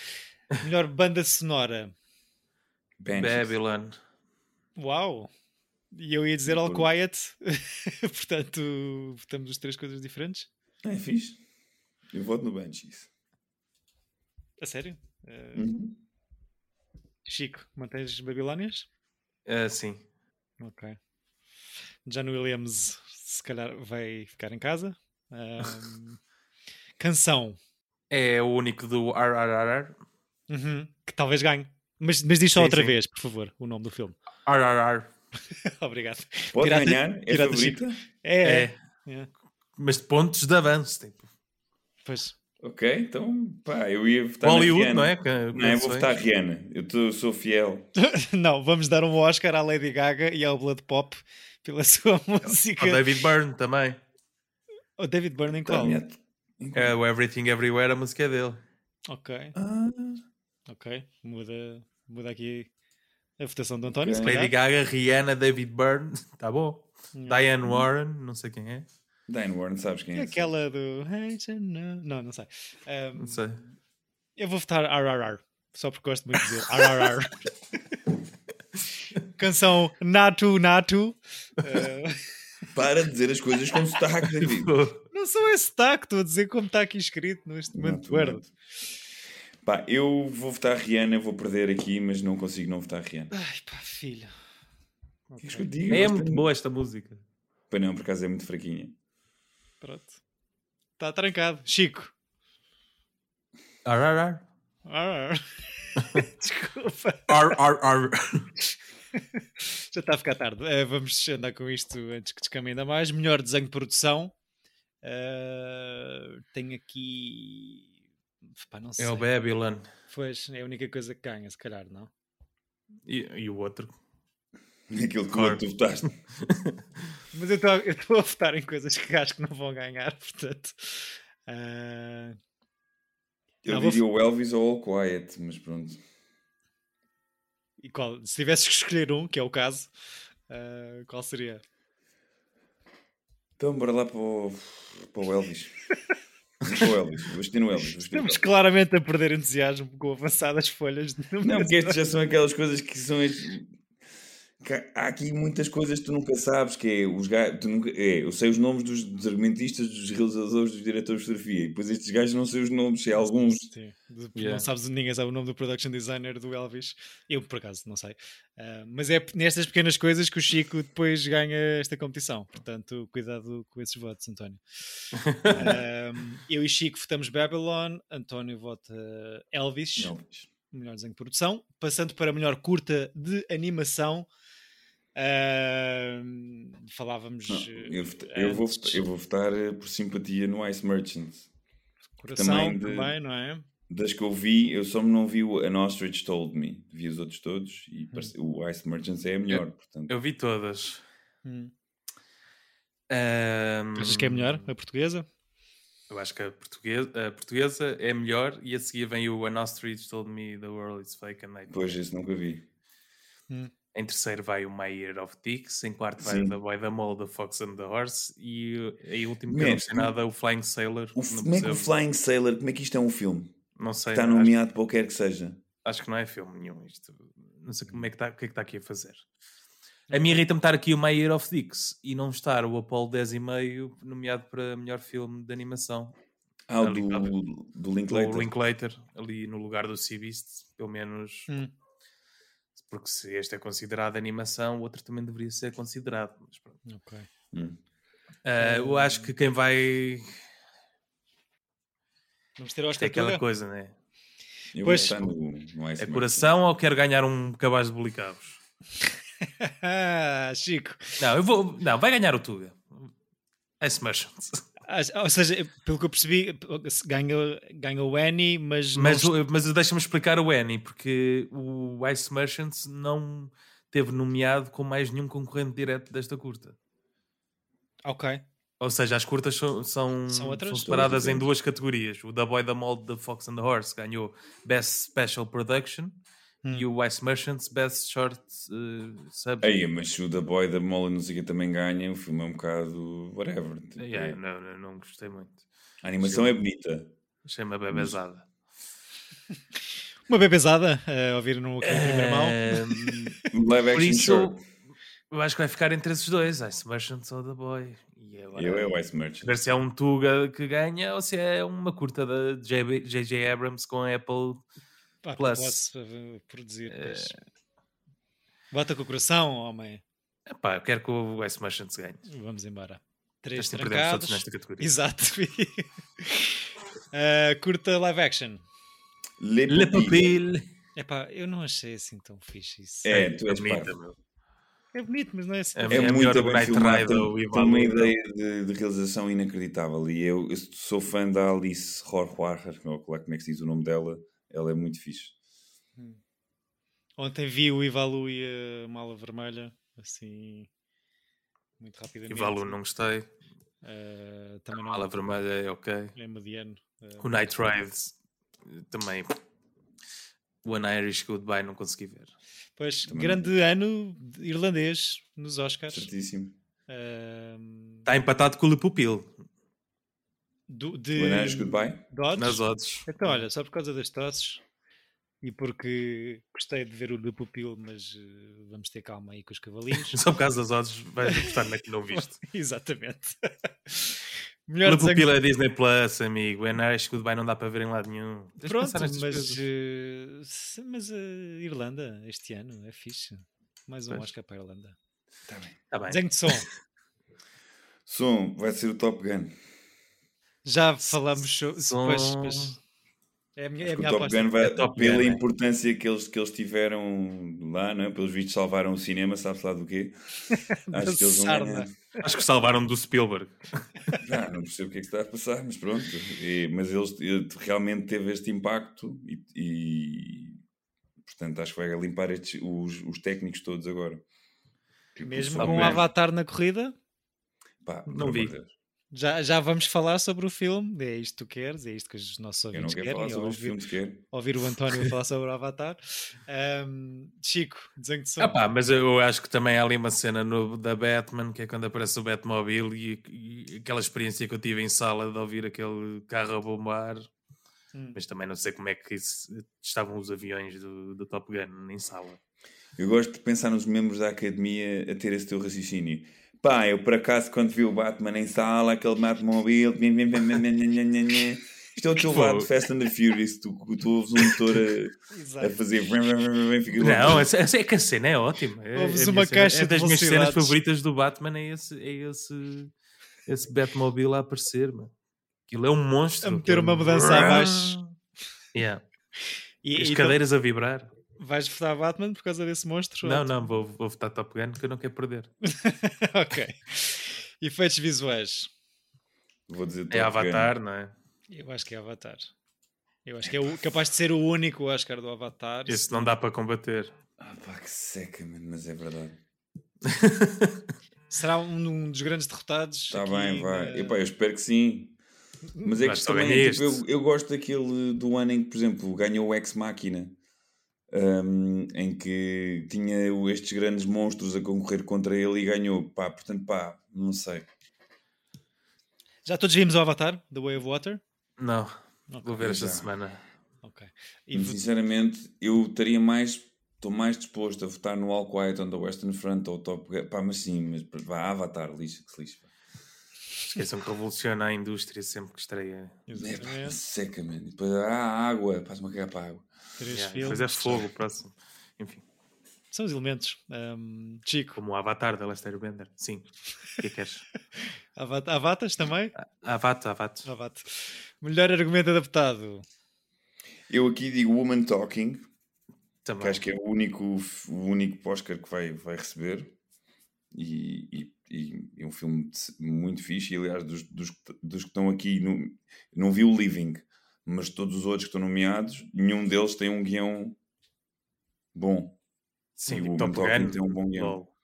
S2: Melhor banda sonora.
S4: Banshees.
S3: Babylon.
S2: Uau! E eu ia dizer All
S4: Boa.
S2: Quiet. Portanto, votamos as três coisas diferentes.
S4: É fixe. Eu voto no Banshees.
S2: A sério? Ah,
S4: Uhum.
S2: Chico, mantens Babilónias?
S3: Ah, sim.
S2: Ok. John Williams, se calhar, vai ficar em casa. Ahm, canção,
S3: É o único do RRR.
S2: Uhum, que talvez ganhe. Mas, mas diz só
S3: Sim,
S2: outra
S3: sim.
S2: vez, por favor, o nome do filme.
S3: RRR.
S2: Obrigado.
S4: Pode
S2: Pirata-
S4: ganhar. É
S2: Pirata
S4: favorita?
S2: É,
S3: É.
S2: é. é.
S3: Mas de pontos de avanço. Tipo.
S2: Pois.
S4: Ok, então pá, eu ia votar na
S3: Hollywood,
S4: Rihanna.
S3: não é? Que-
S4: Não, eu vou
S3: canções.
S4: votar Rihanna. Eu tô- sou fiel.
S2: Não, vamos dar um Oscar à Lady Gaga e ao Blood Pop pela sua música.
S3: O David Byrne também.
S2: O David Byrne então. em
S4: Tá,
S2: qual?
S4: minha-
S3: É o Everything Everywhere, a música é dele.
S2: Ok,
S4: Ah,
S2: ok. Muda, muda aqui a votação do António. se
S4: Ok.
S2: calhar. Hum.
S3: Lady Gaga, Rihanna, David Byrne. Tá bom.
S2: Yeah.
S3: Diane Warren, não sei quem é.
S4: Diane Warren, sabes quem
S2: É
S4: é?
S2: aquela do. Não, não sei. Ahm,
S3: Não sei.
S2: eu vou votar RRR, só porque gosto muito de dizer RRR. Canção Natu Natu. Ah,
S4: Para de dizer as coisas com sotaque, David.
S3: Tipo,
S2: não sou esse taco, estou a dizer como está aqui escrito neste
S4: Não,
S2: momento
S4: tu não.
S2: verde.
S4: Pá, eu vou votar Rihanna, vou perder aqui, mas não consigo não votar Rihanna.
S2: Ai pá, filho.
S4: O que é que eu
S2: Ok,
S4: digo?
S3: É
S4: Gosto
S3: muito
S4: de-
S3: boa esta música.
S4: Pá, não, por acaso é muito fraquinha.
S2: pronto. Está trancado. Chico.
S3: RRR.
S2: RRR. Desculpa.
S3: RRR.
S2: Já está a ficar tarde. Eh, vamos andar com isto antes que descame ainda mais. Melhor desenho de produção. Eh, tenho aqui. Pá, não sei.
S3: É o Babylon.
S2: Pois, é a única coisa que ganha, se calhar, não?
S3: E, e o outro.
S4: Aquilo que
S3: Claro.
S4: tu votaste.
S2: Mas eu estou a votar em coisas que acho que não vão ganhar, portanto. eh,
S4: Eu
S2: Não, vou-
S4: diria o Elvis ou All Quiet, mas pronto.
S2: e qual, se tivesses que escolher um, que é o caso, eh, qual seria?
S4: Então, bora lá para o, para o Elvis. para o Elvis. Vou vestir no Elvis. vou vestir no
S2: Estamos
S4: Elvis.
S2: claramente a perder entusiasmo com o avançar das folhas. de
S4: Não, porque estas já são aquelas coisas que são. as- que há- Há aqui muitas coisas que tu nunca sabes, que é os gajos. Nunca... É, eu sei os nomes dos, dos argumentistas, dos realizadores, dos diretores de fotografia, e depois estes gajos não sei os nomes, sei alguns.
S2: Sim, de-
S3: Yeah.
S2: não sabes, ninguém sabe o nome do production designer do Elvis. Eu, por acaso, não sei. Ah, mas é p- nestas pequenas coisas que o Chico depois ganha esta competição. Portanto, cuidado com esses votos, António. Ahm, eu e Chico votamos Babylon, António vota Elvis,
S4: Elvis.
S2: melhor desenho de produção. Passando para a melhor curta de animação. ahm, falávamos.
S4: Não,
S2: eh,
S4: eu, vota- eu vou,
S2: antes,
S4: vota- eu vou votar eh, por simpatia no Ice Merchant.
S2: coração
S4: de-
S2: também, não é?
S4: Das que eu vi, eu só não vi o An Ostrich Told Me. Vi os outros todos e
S3: Hum.
S4: parece- o Ice Merchant é a melhor. Portanto,
S3: Eu vi todas.
S2: Hum.
S4: Hum.
S3: Ahm,
S2: Achas que é melhor? A portuguesa?
S3: Eu acho que a portuguesa, a portuguesa é melhor e a seguir vem o An Ostrich Told Me The World Is Fake and I Did
S4: depois
S3: It.
S4: esse nunca vi.
S3: Em terceiro vai o My Year of Dicks, em quarto vai
S4: Sim.
S3: o The Boy, The Mole, The Fox and the Horse e uh, em último que eu
S4: Man,
S3: não gostei nada o Flying Sailor.
S4: O
S3: que
S4: f-
S3: não
S4: como é que o
S3: percebo-
S4: Flying tá Sailor, como é que isto é um filme?
S3: Não sei,
S4: Está
S3: acho,
S4: nomeado para o que quer que seja.
S3: acho que não é filme nenhum isto. Não sei como é que está, o que é que está aqui a fazer. A
S4: Uhum.
S3: minha irrita-me estar aqui o My Year of Dicks e não estar o Apollo 10,5 nomeado para melhor filme de animação.
S4: Ah, o
S3: Ali, tá
S4: do, do Linklater.
S3: O Linklater, ali no lugar do Sea Beast, pelo menos
S2: Hum.
S3: porque se este é considerado animação, o outro também deveria ser considerado. Mas pronto.
S2: Ok.
S4: Hum.
S3: Ah, eu acho que quem vai.
S2: Vamos ter a
S3: Isto é
S2: Oscar
S3: aquela
S2: toda?
S3: coisa, né?
S4: Eu
S2: Pois.
S4: vou votar no, no Ice
S3: É
S4: Merchant.
S3: coração ou quero ganhar um cabaz de bolicabos?
S2: Ah, Chico.
S3: Não, eu vou. Não, vai ganhar o Tuga. Ice Merchant.
S2: As- Ah, Ou seja, pelo que eu percebi, ganhou, ganhou o Annie, mas, não
S3: Mas,
S2: est-
S3: mas deixa-me explicar o Annie, porque o Ice Merchant não teve nomeado com mais nenhum concorrente direto desta curta.
S2: Ok.
S3: Ou seja, as curtas são, são,
S2: São
S3: são,
S2: outras?
S3: separadas
S4: São
S3: em
S4: outras.
S3: duas categorias. O The Boy, The Mold, The Fox and the Horse ganhou Best Special Production
S2: Hum.
S3: e o Ice Merchants Best Short uh, Sub.
S4: Aí, mas se o da Boy, da Molly, não sei o que também ganha, o filme é um bocado whatever. tipo,
S3: Yeah,
S4: é.
S3: não, não, não gostei muito.
S4: A animação é bonita.
S3: Achei-me bebezada.
S2: Uma eh, bebezada, a ouviram aqui em é primeiro mão.
S4: Live
S3: eh, por
S4: action
S3: isso,
S4: short.
S3: eu acho que vai ficar entre esses dois, Ice Merchants ou The Boy. E agora,
S4: Eu é o Ice Merchant.
S3: ver se é um Tuga que ganha ou se é uma curta da JB J.J. Abrams com a Apple.
S2: Pá,
S3: Plus.
S2: Posso eh, produzir.
S3: Eh.
S2: mas- Bota com o coração, homem.
S3: Epá, eu quero que o Ice Merchants ganhe.
S2: Vamos embora. Três
S3: Este perdemos todos
S2: trancados.
S3: nesta categoria.
S2: Exato. Eh, curta live action.
S4: Le
S3: Le
S4: Papi.
S3: Papil.
S2: Epá, eu não achei assim tão fixe isso.
S4: É. tu és
S3: bonita,
S4: parvo.
S3: meu.
S2: É bonito, mas não é assim.
S3: É
S2: tão
S4: É,
S3: melhor
S4: muito
S3: o
S4: bem
S3: Knight
S4: filmado.
S3: Rider,
S4: tem-
S3: o
S4: Tem
S3: Ivan
S4: uma
S3: Lula.
S4: ideia de, de realização inacreditável. E eu, eu sou fã da Alice Horwacher, ou lá como é que se diz o nome dela. Ela é muito fixe.
S2: Ontem vi o Ivalu e a Mala Vermelha, assim, muito rapidamente.
S3: E Valu não gostei.
S2: Eh, também não
S3: Mala Vermelha é ok.
S2: é mediano. eh,
S3: O Night Rides eh, também. O An Irish Goodbye não consegui ver.
S2: Pois,
S4: Também não é.
S2: grande ano de- irlandês nos Oscars.
S4: Certíssimo.
S2: Ehm,
S3: Está Tá empatado com o Le Pupil.
S2: do,
S4: O
S2: de
S4: Anais Goodbye.
S2: de odds.
S3: Nas odds.
S2: Então, olha, só por causa das tosses e porque gostei de ver o do Pupil, mas eh, vamos ter calma aí com os cavalinhos.
S3: Só por causa das odds vais apostar na que não viste.
S2: Exatamente.
S3: O
S2: Melhor
S3: Le
S2: desenho
S3: Pupil é Disney Plus, amigo. É O An Irish Goodbye não dá para ver em lado nenhum. Tens de
S2: Pronto,
S3: pensar nestas
S2: mas,
S3: coisas.
S2: eh, se- mas a Irlanda este ano é fixe. Mais um
S3: Pois.
S2: Oscar para a Irlanda.
S3: Tá bem.
S2: Desenho de som.
S4: Som, vai ser o Top Gun.
S2: Já falamos sobre.
S3: Som.
S2: Pois, pois. É a minha, é
S4: Acho
S2: a
S4: que
S2: minha
S4: o Top
S2: aposta.
S4: Gun vai,
S3: É Top Gun,
S4: pela
S3: é.
S4: importância que eles, que eles tiveram lá, não é? pelos vistos salvaram o cinema, sabe-se lá do quê? Acho que eles vão
S2: Sarna.
S4: ganhar.
S3: Acho que salvaram do Spielberg.
S4: Ah, não percebo o que é que está a passar, mas pronto. E- mas eles ele realmente teve este impacto e, e, portanto acho que vai limpar estes, os, os técnicos todos agora. Tipo,
S2: Mesmo
S4: só
S2: com o
S4: bem.
S2: Avatar na corrida,
S4: Pá,
S3: Não
S4: pelo
S3: vi.
S4: amor de Deus.
S2: já, já vamos falar sobre o filme. É isto que tu queres, é isto que os nossos
S4: Eu não
S2: ouvintes
S4: quero falar
S2: querem.
S4: sobre os
S2: Ouvir,
S4: filmes sequer.
S2: ouvir o António falar sobre o Avatar. Ahm, Chico, desenho de som.
S3: Ah pá, mas eu acho que também há ali uma cena no, da Batman, que é quando aparece o Batmobile e, e aquela experiência que eu tive em sala de ouvir aquele carro a bombar.
S2: Hum.
S3: Mas também não sei como é que isso- estavam os aviões do, do Top Gun em sala.
S4: Eu gosto de pensar nos membros da academia a ter esse teu raciocínio. Pá, eu por acaso quando vi o Batman em sala, aquele Batmobile, bim, bim, bim, bim, bim, bim, bim, bim, bim. isto é o teu
S3: Pô.
S4: lado Fast and the Furious, tu, tu ouves um motor a- a,
S2: Exato.
S4: fazer bim, bim, bim, bim, fica logo-
S3: Não, é, é que a cena é ótima. É,
S2: Ouves
S3: é a
S2: uma
S3: minha cena-
S2: caixa
S3: é das
S2: de
S3: minhas cenas
S2: velocidades.
S3: favoritas do Batman, é esse, é esse, esse Batmobile a aparecer, mano. Aquilo é um monstro.
S2: A meter
S3: aquilo-
S2: uma mudança abaixo.
S3: Yeah.
S2: E,
S3: As
S2: e
S3: cadeiras a vibrar.
S2: então, vais votar Batman por causa desse monstro?
S3: Não, não, vou, vou votar Top Gun que eu não quero perder.
S2: ok. Efeitos visuais.
S4: Vou dizer
S3: É
S4: Top Gun.
S3: Avatar, não é?
S2: Eu acho que é Avatar. Eu acho que é o- capaz de ser o único Oscar do Avatar.
S3: Esse não dá para combater.
S4: Ah pá, que seca, mano, mas é verdade.
S2: Será um, um dos grandes derrotados.
S4: Está
S2: aqui
S4: Tá bem, vai.
S2: na-
S4: Epá, eu espero que sim. Mas é que
S3: Mas
S4: isto
S3: só
S4: também,
S3: ganha
S4: tipo, eu,
S3: este.
S4: eu gosto daquele do ano em que, por exemplo, ganhou o Ex Machina, hum, em que tinha o- estes grandes monstros a concorrer contra ele e ganhou. Pá, portanto, pá, não sei.
S2: Já todos vimos o Avatar, The Way of Water.
S3: Não,
S2: Ok.
S3: vou ver esta
S4: Já.
S3: semana.
S2: Ok. E
S4: Mas, sinceramente, eu estaria mais. Estou mais disposto a votar no All Quiet on the Western Front ou Top Gun. Pá, mas sim, mas vá, Avatar, lixa que se lixa. pá.
S3: Esqueçam que revoluciona a indústria sempre que estreia.
S4: É pá,
S2: Exatamente.
S4: seca, man. Depois há água, faz-me a cagar para a água.
S2: Três
S3: Yeah,
S2: filmes.
S3: Depois é fogo o próximo. Enfim,
S2: São os elementos. Ahm, Chico,
S3: como o Avatar da Lester Bender. Sim, o que é que queres?
S2: Avatar, Avatas também?
S3: Avato, Avato.
S2: Avatar. Melhor argumento adaptado.
S4: Eu aqui digo Woman Talking,
S3: Também.
S4: que acho que é o único, o único Oscar que vai, vai receber. E, e- e é um filme de- muito fixe. E aliás, dos, dos, que- dos que estão aqui, não, não vi o Living, mas todos os outros que estão nomeados, nenhum deles tem um guião bom.
S3: Sim,
S4: E
S3: o
S4: o
S3: Top
S4: Top Gun tem
S3: Gun.
S4: um bom guião.
S3: lol.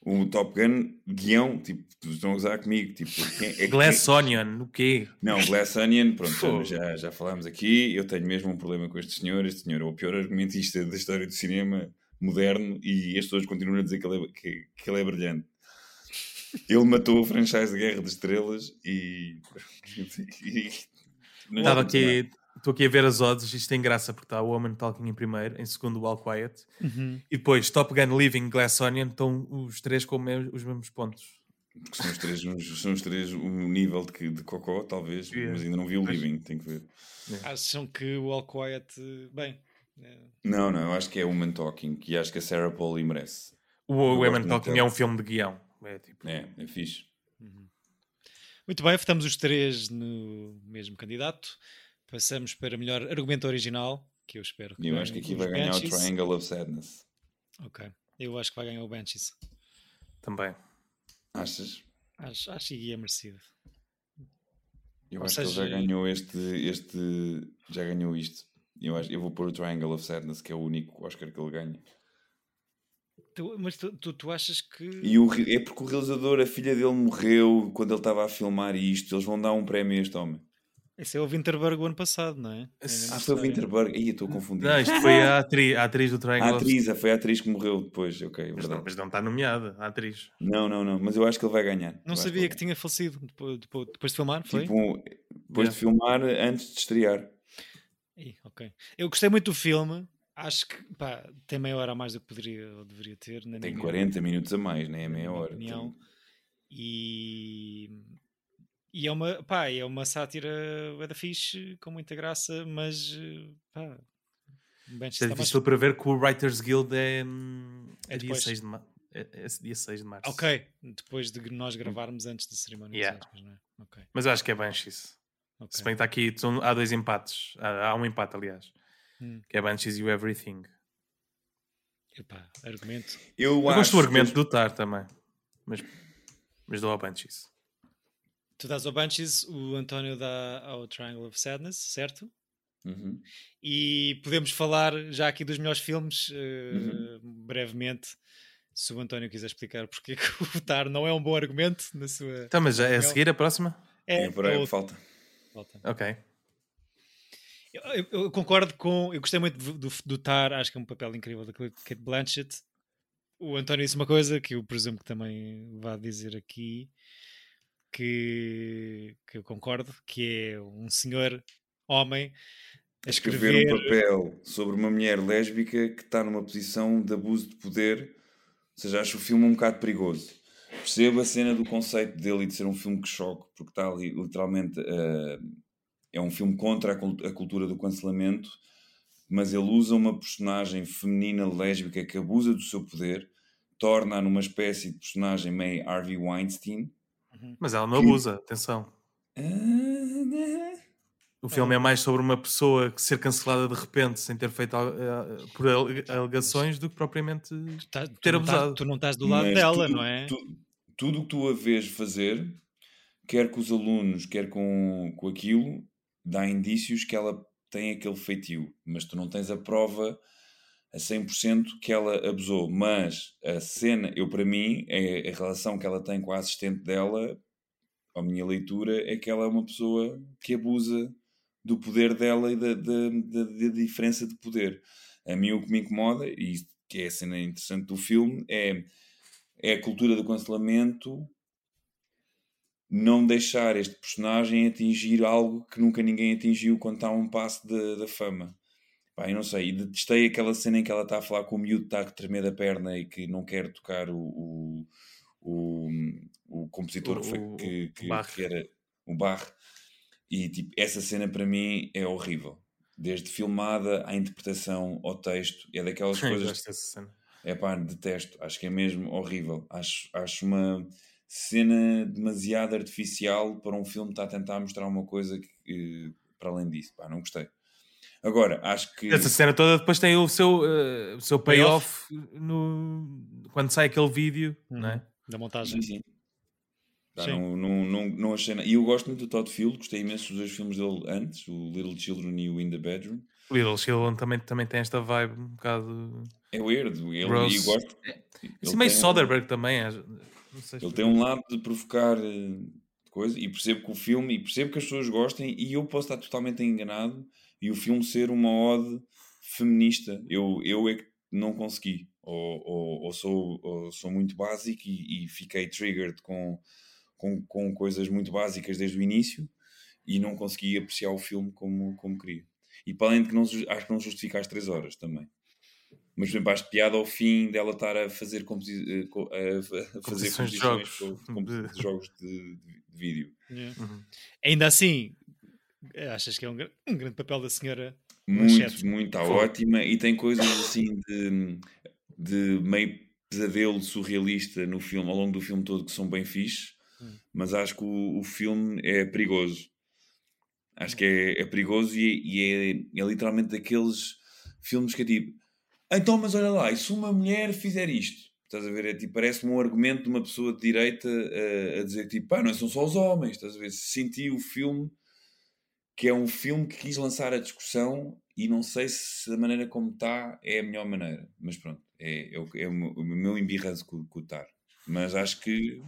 S4: O Top Gun, guião, tipo, estão a gozar comigo. Tipo, quem, é,
S3: Glass Onion, o quê?
S4: não, Glass Onion, pronto,
S3: Fogo.
S4: já, já falámos aqui. Eu tenho mesmo um problema com este senhor. Este senhor é o pior argumentista da história do cinema moderno e as pessoas continuam a dizer que ele é, que, que ele é brilhante. Ele matou a franchise de Guerra de Estrelas e. e- não
S3: Estava
S4: está muito
S3: aqui, estou aqui a ver as odds, isto tem graça porque está o Woman Talking em primeiro, em segundo o All Quiet
S4: Uhum.
S3: e depois Top Gun Living, Glass Onion, estão os três com me- os mesmos pontos.
S4: bem, porque São os três, uns- são os três um nível de, que- de cocó, talvez,
S3: Yeah.
S4: mas ainda não vi o
S3: Mas-
S4: Living, tenho que ver.
S2: Acham que o All Quiet. eh, Bem. eh,
S4: Não, não, eu acho que é Woman Talking e acho que a Sarah Paul merece.
S3: O
S4: gosto
S3: Woman
S4: muito
S3: Talking
S4: dela.
S3: é um filme de guião. É tipo,
S4: É, é fixe.
S2: Muito bem, votamos os três no mesmo candidato. Passamos para melhor argumento original, que eu espero que
S4: E eu
S2: ganhe
S4: acho que aqui
S2: os
S4: vai ganhar o
S2: Banshees.
S4: Triangle of Sadness.
S2: Ok, eu acho que vai ganhar o Banshees.
S3: também.
S4: Achas?
S2: Acho, acho que é merecido.
S4: Eu
S2: Ou
S4: acho que
S2: seja-
S4: ele já ganhou este, este. Já ganhou isto. Eu, acho, eu vou pôr o Triangle of Sadness, que é o único Oscar que ele ganha.
S2: Tu- mas tu, tu, tu achas que.
S4: E o re- é porque o realizador, a filha dele morreu quando ele estava a filmar isto. Eles vão dar um prémio a este homem.
S2: Esse é o Winterberg o ano passado, não é? É
S3: Esse-
S2: mesmo
S4: Ah, foi o
S2: história.
S4: Winterberg. Ih, eu estou a confundir.
S3: Não, isto foi a atriz, a atriz do
S4: A
S3: Triangle of-
S4: atriz, ah, foi a atriz que morreu depois. Ok, é
S3: Mas não,
S4: verdade.
S3: mas não está nomeada, a atriz.
S4: Não, não, não. Mas eu acho que ele vai ganhar. Eu
S2: Não
S4: acho
S2: sabia
S4: ele
S2: que
S4: vai-
S2: tinha falecido depois, depois, depois de filmar, foi?
S4: Tipo, um- depois
S3: Yeah.
S4: de filmar, antes de estrear. um
S2: Ih, ok. Eu gostei muito do filme. Acho que pá, tem meia hora a mais do que poderia ou deveria ter. na
S4: Tem
S2: minha
S4: 40 minutos a mais, né? É meia
S2: minha
S4: hora.
S2: opinião. E, e é uma, pá, é uma sátira bué da fixe, com muita graça, mas eh, pá, bem,
S3: Isto
S2: está
S3: é
S2: mais...
S3: difícil para ver que o Writers Guild é, hum, é
S2: É
S3: dia,
S2: depois.
S3: 6 de ma- é- é dia 6 de março.
S2: Ok, depois de nós gravarmos antes da cerimónia. dos
S3: Yeah.
S2: Oscars, não é? Ok.
S3: Mas eu acho que é Banshees.
S2: Ok.
S3: Se bem que está aqui, são- há dois empates. Há, há um empate, aliás.
S2: Hum.
S3: Que é Banshees e o Everything.
S2: Epá, argumento.
S4: Eu,
S3: Eu
S4: acho
S3: gosto do argumento
S4: que-
S3: do Tar também. Mas, mas dou ao Banshees.
S2: Tu dás ao Banshees, o António dá ao Triangle of Sadness, certo?
S4: Uhum.
S2: E podemos falar já aqui dos melhores
S3: Uhum.
S2: filmes, eh, brevemente, se o António quiser explicar porque é que o votar não é um bom argumento na sua...
S3: Então, mas já é a
S2: Eu-
S3: seguir a próxima?
S4: É, por aí
S2: outro.
S4: falta.
S2: Falta.
S3: Ok.
S2: Eu, eu- eu concordo com. Eu gostei muito do, do, do Tar, acho que é um papel incrível da Cla- Kate Blanchett. O António disse uma coisa que eu presumo que também vá dizer aqui, que, que eu concordo, que é um senhor homem a
S4: Escrever,
S2: escrever.
S4: um papel sobre uma mulher lésbica que está numa posição de abuso de poder. Ou seja, acho o filme um bocado perigoso. Percebo a cena do conceito dele e de ser um filme que choque, porque está ali literalmente. eh, é um filme contra a, cul- a cultura do cancelamento, mas ele usa uma personagem feminina lésbica que abusa do seu poder, torna-a numa espécie de personagem meio Harvey Weinstein.
S3: Mas ela não abusa, atenção.
S4: Ah, né?
S3: O filme é mais sobre uma pessoa que ser cancelada de repente sem ter feito al- eh, por al- alegações do que propriamente.
S2: Tá- tu,
S3: ter
S2: não estás-
S3: abusado.
S2: tu não estás do lado
S4: Mas
S2: dela,
S4: tudo-
S2: não é?
S4: tu- tudo o que tu a vês fazer, quer com os alunos, quer com, com aquilo, dá indícios que ela tem aquele feitio, mas tu não tens a prova a 100% que ela abusou. Mas a cena, eu para mim, é a relação que ela tem com a assistente dela, a minha leitura, é que ela é uma pessoa que abusa do poder dela e da, da- da- da diferença de poder. A mim o que me incomoda, e isto que é a cena interessante do filme, é é a cultura do cancelamento não deixar este personagem atingir algo que nunca ninguém atingiu quando está a um passo da- da fama. Pá, eu não sei, e detestei aquela cena em que ela está a falar com o miúdo que está a tremer da perna e que não quer tocar o, o, o, o compositor
S3: O-
S4: que, foi-
S3: o-
S4: que,
S3: o
S4: que-
S3: Bach.
S4: que era o Barre. E tipo, essa cena para mim é horrível. Desde filmada à interpretação, ao texto, é daquelas
S3: Eu
S4: coisas
S3: gosto dessa cena.
S4: é pá, detesto. Acho que é mesmo horrível. Acho, acho uma cena demasiado artificial para um filme que está a tentar mostrar uma coisa que, eh, para além disso. Pá, não gostei. Agora, acho que.
S3: Essa cena toda depois tem o seu, eh, o seu payoff no... quando sai aquele vídeo,
S2: Uhum.
S3: não é?
S2: Da
S4: Sim,
S2: montagem.
S4: sim. Pá,
S2: Sim.
S4: Não, não, não, não achei nada. E eu gosto muito do Todd Field, gostei imenso dos dois filmes dele antes, o Little Children e o In the Bedroom.
S3: O Little Children também, também tem esta vibe um bocado.
S4: É weird, ele,
S3: Gross.
S4: eu gosto.
S3: Assim,
S4: ele
S3: meio
S4: tem um-
S3: Soderbergh também. acho- Não sei se-
S4: Ele tem um lado de provocar eh, coisa e percebo que o filme e percebo que as pessoas gostem e eu posso estar totalmente enganado e o filme ser uma ode feminista. Eu, eu é que não consegui. Ou, ou- ou sou, ou sou muito básico e, e fiquei triggered com, com, com coisas muito básicas desde o início e não consegui apreciar o filme como, como queria. E para além de que não, ju- acho que não justifica as três horas também. Mas, por exemplo, acho piada ao fim dela estar a fazer, composi- eh, co- a fa- a fazer
S3: Composições de
S4: composições
S3: jogos.
S4: com- com- de jogos de, de vídeo.
S2: Yeah.
S3: Uhum.
S2: É. Ainda assim, achas que é um, gra- um grande papel da senhora? Manchete.
S4: Muito, muito, está
S3: Foi.
S4: ótima. E tem coisas assim de, de meio pesadelo surrealista no filme, ao longo do filme todo, que são bem fixe.
S2: Hum.
S4: Mas acho que o, o filme é perigoso. Acho
S2: Hum.
S4: que é, é perigoso e, e é, é literalmente daqueles filmes que é tipo, então, mas olha lá, e se uma mulher fizer isto? Estás a ver? É tipo, parece-me um argumento de uma pessoa de direita eh, a, dizer tipo, pá, não são só os homens, estás a ver? Senti o filme que é um filme que quis lançar a discussão e não sei se da maneira como está é a melhor maneira, mas pronto, é, é o, é o meu- o meu embirrado com, com o Tar. Mas acho que,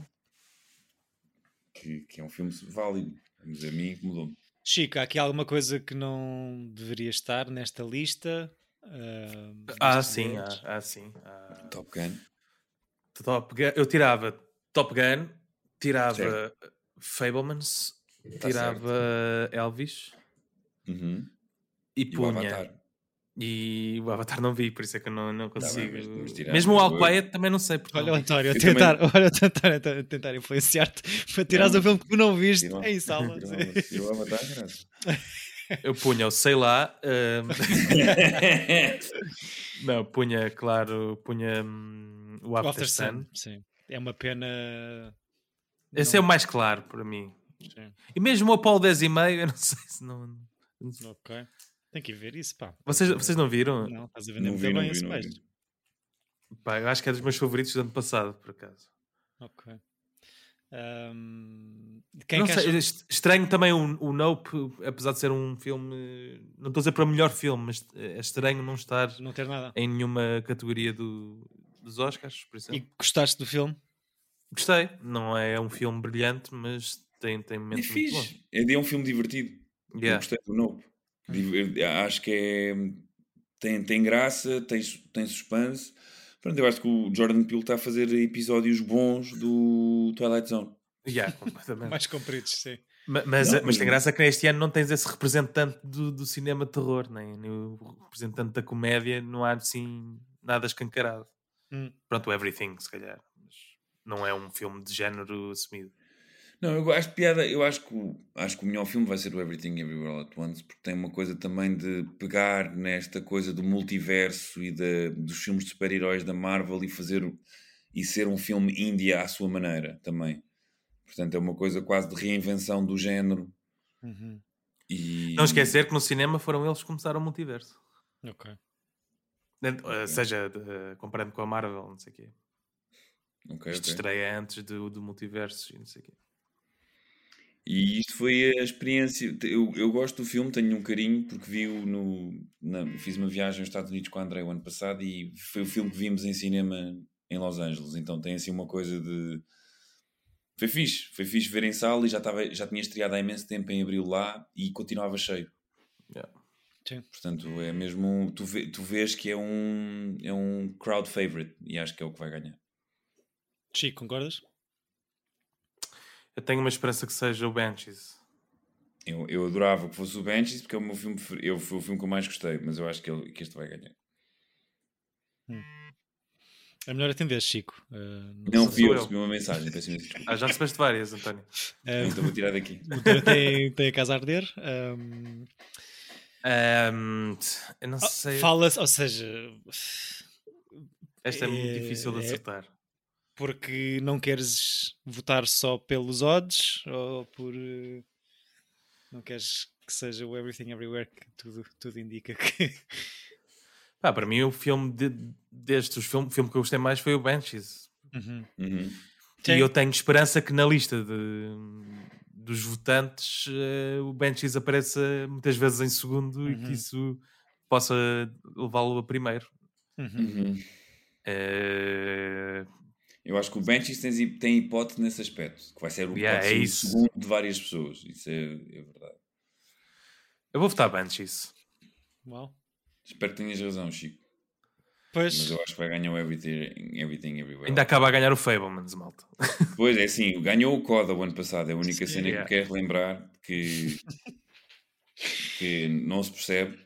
S4: que, que é um filme válido, mas a mim incomodou-me.
S2: Chico, há aqui alguma coisa que não deveria estar nesta lista? Ah,
S3: Ah,
S2: destes
S3: sim,
S2: deles?
S3: ah, ah, sim. ah.
S4: Top Gun. tá
S3: Top Gun- Eu tirava Top Gun, tirava
S4: Certo.
S3: Fablemans,
S4: Tá
S3: tirava Elvis
S4: Uhum.
S3: e
S4: E o
S3: punha.
S4: Avatar. Tá
S3: E o Avatar não vi, por isso é que eu não, não
S4: bem,
S3: consigo.
S4: mas podemos tirar,
S3: Mesmo o All
S4: mas eu-
S3: Quiet também não sei. Porque
S2: Olha o
S3: não...
S2: Antório, a
S4: Eu
S2: tentar, olha o António a te- tentar influenciar-te para tirares o
S4: Não.
S2: filme que tu não viste
S4: Tirou-
S2: em sala.
S4: tirou o Avatar. Tirou o Avatar, graças.
S3: Eu punha o Sei Lá. ah, não, punha, claro, punha hum, o
S2: O
S3: After Sun.
S2: Sun, sim. É uma pena.
S3: Esse é o mais claro para mim.
S2: Sim.
S3: E mesmo o Apolo 10,5, eu não sei se não.
S2: Ok. Tem que ir ver isso, pá.
S3: Vocês, vocês não viram?
S2: Não, estás a vender
S4: Não
S2: muito
S4: vi, não
S2: bem
S4: vi,
S2: esse
S4: não
S2: peixe.
S4: vi.
S3: Pá, eu acho que é dos meus favoritos do ano passado, por acaso.
S2: Ok. Ahm, quem é
S3: Não
S2: que
S3: sei, é
S2: acha-
S3: est- Estranho também o, o Nope, apesar de ser um filme. Não estou a dizer para o melhor filme, mas é estranho não estar
S2: Não ter nada.
S3: em nenhuma categoria do, dos Oscars, por exemplo.
S2: E gostaste do filme?
S3: Gostei, não é um filme brilhante, mas tem, tem
S4: É
S3: momentos muito bons.
S4: fixe. É, é um filme divertido. Eu
S3: Yeah.
S4: gostei do novo. Div- Acho que é. Tem, tem graça, tem, su- tem suspense. Pronto, eu acho que o Jordan Peele está a fazer episódios bons do Twilight Zone.
S3: Yeah, completamente.
S2: Mais compridos, sim.
S3: Ma- Mas,
S4: Não,
S3: mas tem
S4: mas-
S3: graça que este ano não tens esse representante do, do cinema de terror, nem, nem o representante da comédia, não há assim nada escancarado.
S2: Hum.
S3: Pronto, o Everything, se calhar, mas não é um filme de género assumido.
S4: Não, eu acho piada. Eu acho que, o- acho que o melhor filme vai ser o Everything Everywhere All at Once, porque tem uma coisa também de pegar nesta coisa do multiverso e da- dos filmes de super-heróis da Marvel e fazer o- e ser um filme índia à sua maneira também. Portanto, é uma coisa quase de reinvenção do género.
S2: Uhum.
S4: E...
S3: Não esquecer que no cinema foram eles que começaram o multiverso.
S2: Ok.
S3: Eh, eh, Seja, de- comparando com a Marvel, não sei o quê.
S4: Ok,
S3: Isto
S4: ok.
S3: estreia antes do, do multiverso e não sei o quê.
S4: E isto foi a experiência. te- Eu, eu gosto do filme, tenho um carinho, porque vi-o no. na- fiz uma viagem aos Estados Unidos com a André o ano passado e foi o filme que vimos em cinema em Los Angeles. Então tem assim uma coisa de. Foi fixe, foi fixe ver em sala e já, estava, já tinha estreado há imenso tempo em abril lá e continuava cheio.
S3: Yeah.
S2: Sim.
S4: Portanto, é mesmo. um- Tu, vê- tu vês que é um, é um crowd favorite e acho que é o que vai ganhar.
S2: Chico, concordas?
S3: Eu tenho uma esperança que seja o Banshees.
S4: Eu, eu adorava que fosse o Banshees porque é o meu filme, prefer- eu, foi o filme que eu mais gostei, mas eu acho que, ele- que este vai ganhar.
S2: É melhor atender, Chico. Ah, não
S4: Não
S3: Sou-
S4: fui
S3: sou
S4: eu,
S3: eu.
S4: recebi uma mensagem, peço imensa desculpa.
S3: Ah, já recebeste várias, António.
S2: Ah,
S4: Então vou tirar daqui.
S2: o Pedro tem, tem a casa a arder. Ehm, Ahm,
S3: Ahm, eu não sei.
S2: ah, Fala-se, ou seja,
S3: Esta é muito
S2: É-
S3: difícil de
S2: é-
S3: acertar.
S2: porque não queres votar só pelos odds ou por. eh, Não queres que seja o Everything Everywhere que tudo, tudo indica que.
S3: Pá, para mim, o filme de, destes, o filme, filme que eu gostei mais foi o Banshees.
S2: Uhum.
S4: Uhum.
S2: Sim.
S3: E eu tenho esperança que na lista de- dos votantes eh, o Banshees apareça muitas vezes em segundo e
S2: Uhum.
S3: que isso possa levá-lo a primeiro.
S2: Uhum.
S4: Uhum.
S3: Eh,
S4: Eu acho que o Banshees tem, hi- tem hipótese nesse aspecto, que vai ser o,
S3: Yeah,
S4: pode
S3: é
S4: ser o
S3: isso.
S4: segundo de várias pessoas. Isso é, é verdade.
S3: eu vou votar Banshees.
S2: Uau.
S4: Espero que tenhas razão, Chico. Mas
S2: Pois,
S4: eu acho que vai ganhar o Everything, Everything Everywhere.
S3: Ainda acaba a ganhar o Fablemans, malta.
S4: Pois é, assim, ganhou o CODA o ano passado. É a
S2: Sim,
S4: única cena
S3: yeah.
S4: que eu quero lembrar que, que não se percebe.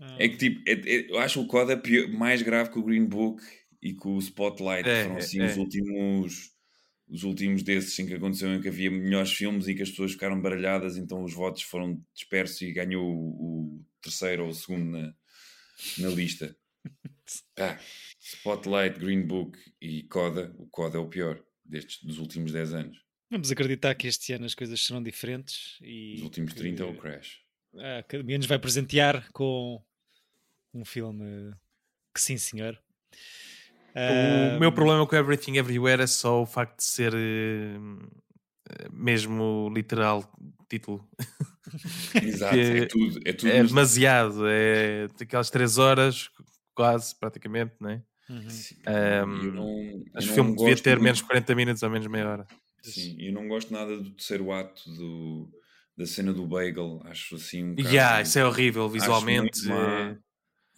S2: ah,
S4: É que tipo, é- é- eu acho o CODA pior- mais grave que o Green Book e que o Spotlight,
S3: É,
S4: que foram
S3: é,
S4: assim
S3: é.
S4: os últimos os últimos desses em que aconteceu em que havia melhores filmes e que as pessoas ficaram baralhadas, então os votos foram dispersos e ganhou o, o terceiro ou o segundo na, na lista. Pá, Spotlight, Green Book e CODA, o CODA é o pior destes dos últimos 10 anos.
S2: vamos acreditar que este ano as coisas serão diferentes. E
S4: Dos últimos
S2: que
S4: 30 é o Crash.
S2: A Academia nos vai presentear com um filme que sim, senhor. Ah,
S3: O meu problema com Everything Everywhere é só o facto de ser eh, eh, mesmo literal título.
S4: Exato, é tudo, é tudo
S3: é
S4: nos-
S3: demasiado, é aquelas três horas, quase, praticamente, né?
S2: Uhum.
S4: Sim,
S3: Ahm,
S4: eu não-
S3: ehm, Acho que
S4: eu não
S3: o filme devia
S4: gosto
S3: ter
S4: muito-
S3: menos 40 minutos ou menos meia hora.
S4: Sim, eu não gosto nada do terceiro ato do, da cena do bagel, acho assim um
S3: E
S4: bocado-
S3: yeah, isso é horrível
S4: acho
S3: visualmente.
S4: muito má.
S3: é-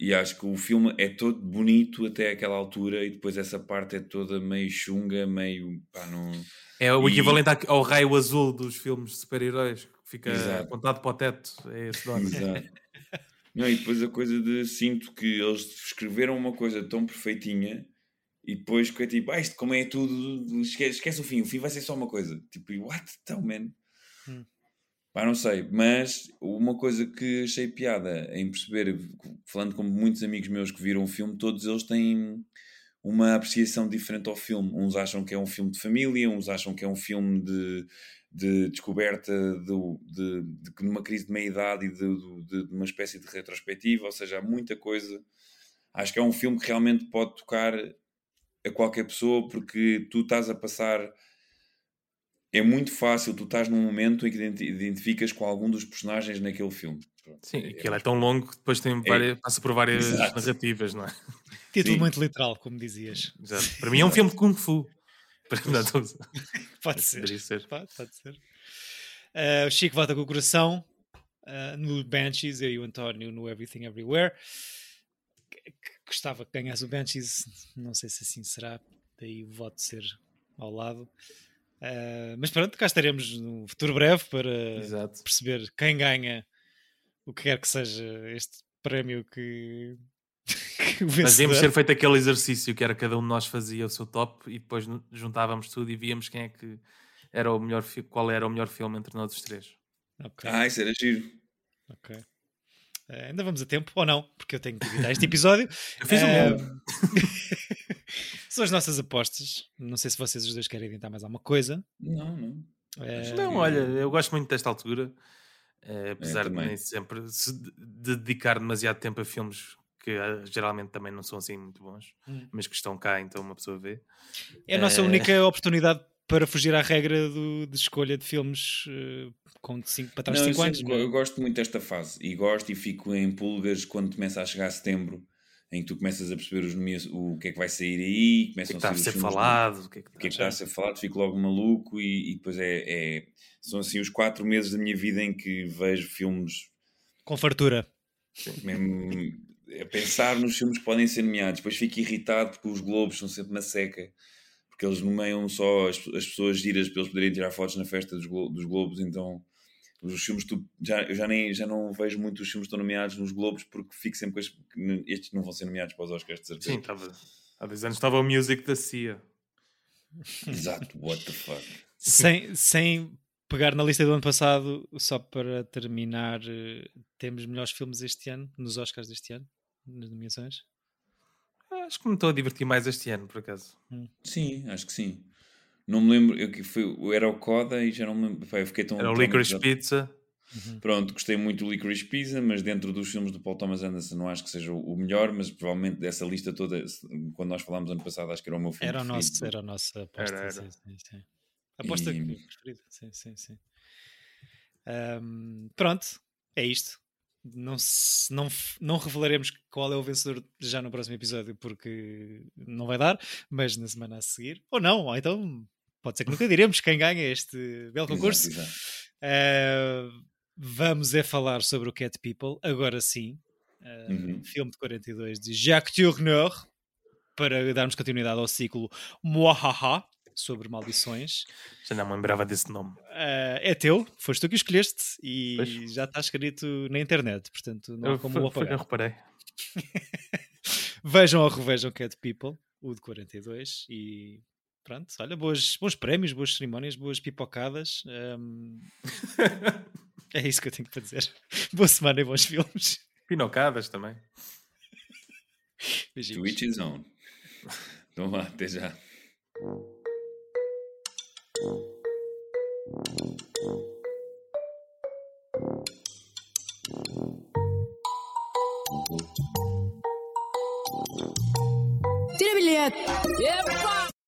S4: E acho que o filme é todo bonito até aquela altura e depois essa parte é toda meio chunga, meio pá, não...
S3: É o
S4: E-
S3: equivalente à- ao raio azul dos filmes de super-heróis, que fica
S4: Exato. Hum.
S3: apontado para o teto. É esse nome.
S4: Exato. Não, e depois a coisa de sinto que eles escreveram uma coisa tão perfeitinha e depois que é tipo, ah, isto como é tudo, esquece, esquece o fim, o fim vai ser só uma coisa. Tipo, e what? Então, man.
S2: Hum.
S4: Pá, não sei, mas uma coisa que achei piada em perceber, falando com muitos amigos meus que viram o filme, todos eles têm uma apreciação diferente ao filme. Uns acham que é um filme de família, uns acham que é um filme de de descoberta do- de, de, de uma crise de meia-idade e de, do- de- de uma espécie de retrospectiva, ou seja, há muita coisa. Acho que é um filme que realmente pode tocar a qualquer pessoa porque tu estás a passar. É muito fácil, tu estás num momento em que identi- identificas com algum dos personagens naquele filme. Pronto.
S3: Sim,
S4: É-
S3: aquilo é tão longo que depois tem várias- passa por várias
S4: Exato.
S3: narrativas, não é?
S2: Título
S4: Sim.
S2: muito literal, como dizias.
S3: Exato. Para mim é um filme de Kung Fu. Para- não, estou a gozar.
S2: Pode ser.
S3: Poderia ser.
S2: Pá, pode ser. Ah, o Chico vota com o coração ah, no Banshees, eu e o António no Everything Everywhere. Que- que Gostava que ganhasse o Banshees, não sei se assim será, daí o voto ser ao lado. Ah, mas pronto, cá estaremos no futuro breve para
S3: Exato.
S2: perceber quem ganha o que quer que seja este prémio que, que o
S3: Mas devíamos ter
S2: vencedor.
S3: feito aquele exercício que era cada um de nós fazia o seu top e depois no- juntávamos tudo e víamos quem é que era o melhor fi- qual era o melhor filme entre nós os três.
S2: Ok.
S4: Ah, isso era giro.
S2: Ok. Eh, ainda vamos a tempo, ou não, porque eu tenho que editar este episódio.
S3: Eu fiz
S4: É,
S2: Eh,
S3: um bom.
S2: São as nossas apostas. Não sei se vocês os dois querem editar mais alguma coisa.
S4: Não, não.
S2: Eh,
S3: Não,
S4: que-
S3: olha, eu gosto muito desta altura, eh, apesar de
S4: é. também.
S3: nem sempre se de- de dedicar demasiado tempo a filmes que ah, geralmente também não são assim muito bons,
S2: Hum.
S3: mas que estão cá, então uma pessoa vê.
S2: é a nossa
S3: eh,
S2: única oportunidade para fugir à regra do- de escolha de filmes eh, com cinco, para trás
S4: Não,
S2: de
S4: eu,
S2: 5 anos.
S4: sempre-
S2: não é?
S4: eu gosto muito desta fase e gosto e fico em pulgas quando começa a chegar a setembro, em que tu começas a perceber os nomea- o que é que vai
S3: O
S4: sair aí,
S3: que é que
S4: começam
S3: está a
S4: sair os
S3: ser
S4: filmes do-
S3: falado? O que é que
S4: o que é que
S3: está
S4: está a ser falado, fico logo maluco e, e depois é, é- são assim os quatro meses da minha vida em que vejo filmes
S2: Com fartura.
S4: mesmo a pensar nos filmes que podem ser nomeados, depois fico irritado porque os globos são sempre na seca porque eles nomeiam só as, as pessoas giras para eles poderem tirar fotos na festa dos, Glo- dos globos, então os filmes tu, já, eu já, nem, já não vejo muito os filmes que estão nomeados nos globos porque fico sempre com as, que n- estes não vão ser nomeados para os Oscars de certeza.
S3: Sim, estava. Há dois anos estava o music da CIA.
S4: Exato, what the fuck.
S2: sem, sem pegar na lista do ano passado, só para terminar, eh, temos melhores filmes este ano, nos Oscars deste ano, nas nomeações.
S3: Acho que me estou a divertir mais este ano, por acaso.
S4: Sim, acho que sim. Não me lembro, eu, que foi, era o Coda e já não me lembro. Pá, É, então, eu fiquei tão,
S3: Era o
S4: tão
S3: Licorice
S4: abisado.
S3: Pizza.
S4: Pronto, gostei muito do Licorice Pizza, mas dentro dos filmes do Paul Thomas Anderson não acho que seja o o melhor, mas provavelmente dessa lista toda, se- quando nós falámos ano passado, acho que era o meu um filme
S2: Era o
S4: preferido.
S2: nosso, era a nossa aposta.
S3: Era, era.
S2: Sim, sim, sim. Aposta
S4: E-
S2: que preferida. Sim, sim, sim. Ahm, pronto, é isto. Não, se- não, f- não revelaremos qual é o vencedor já no próximo episódio, porque não vai dar, mas na semana a seguir, ou não, ou então pode ser que nunca diremos quem ganha este belo
S4: Exato,
S2: concurso.
S4: exato.
S2: Ah, vamos é falar sobre o Cat People, agora sim. Ah,
S4: Uhum.
S2: Filme de 42 de Jacques Tourneur, para darmos continuidade ao ciclo Moahaha, sobre maldições.
S3: Já não me lembrava desse nome.
S2: Ah, é teu, foste tu que escolheste e
S3: Pois.
S2: já está escrito na internet, portanto não há
S3: Eu-
S2: como
S3: foi-
S2: o
S3: foi que eu
S2: apagar.
S3: reparei.
S2: Vejam ou revejam Cat People, o de 42, e pronto, olha, boas, bons prémios, boas cerimónias, boas pipocadas. ahm, é isso que eu tenho para dizer. Boa semana e bons filmes.
S3: Pinocadas também.
S4: To
S2: Beijinhos.
S4: each his own. Então vá, até já.
S1: Tira bilhete! Epa!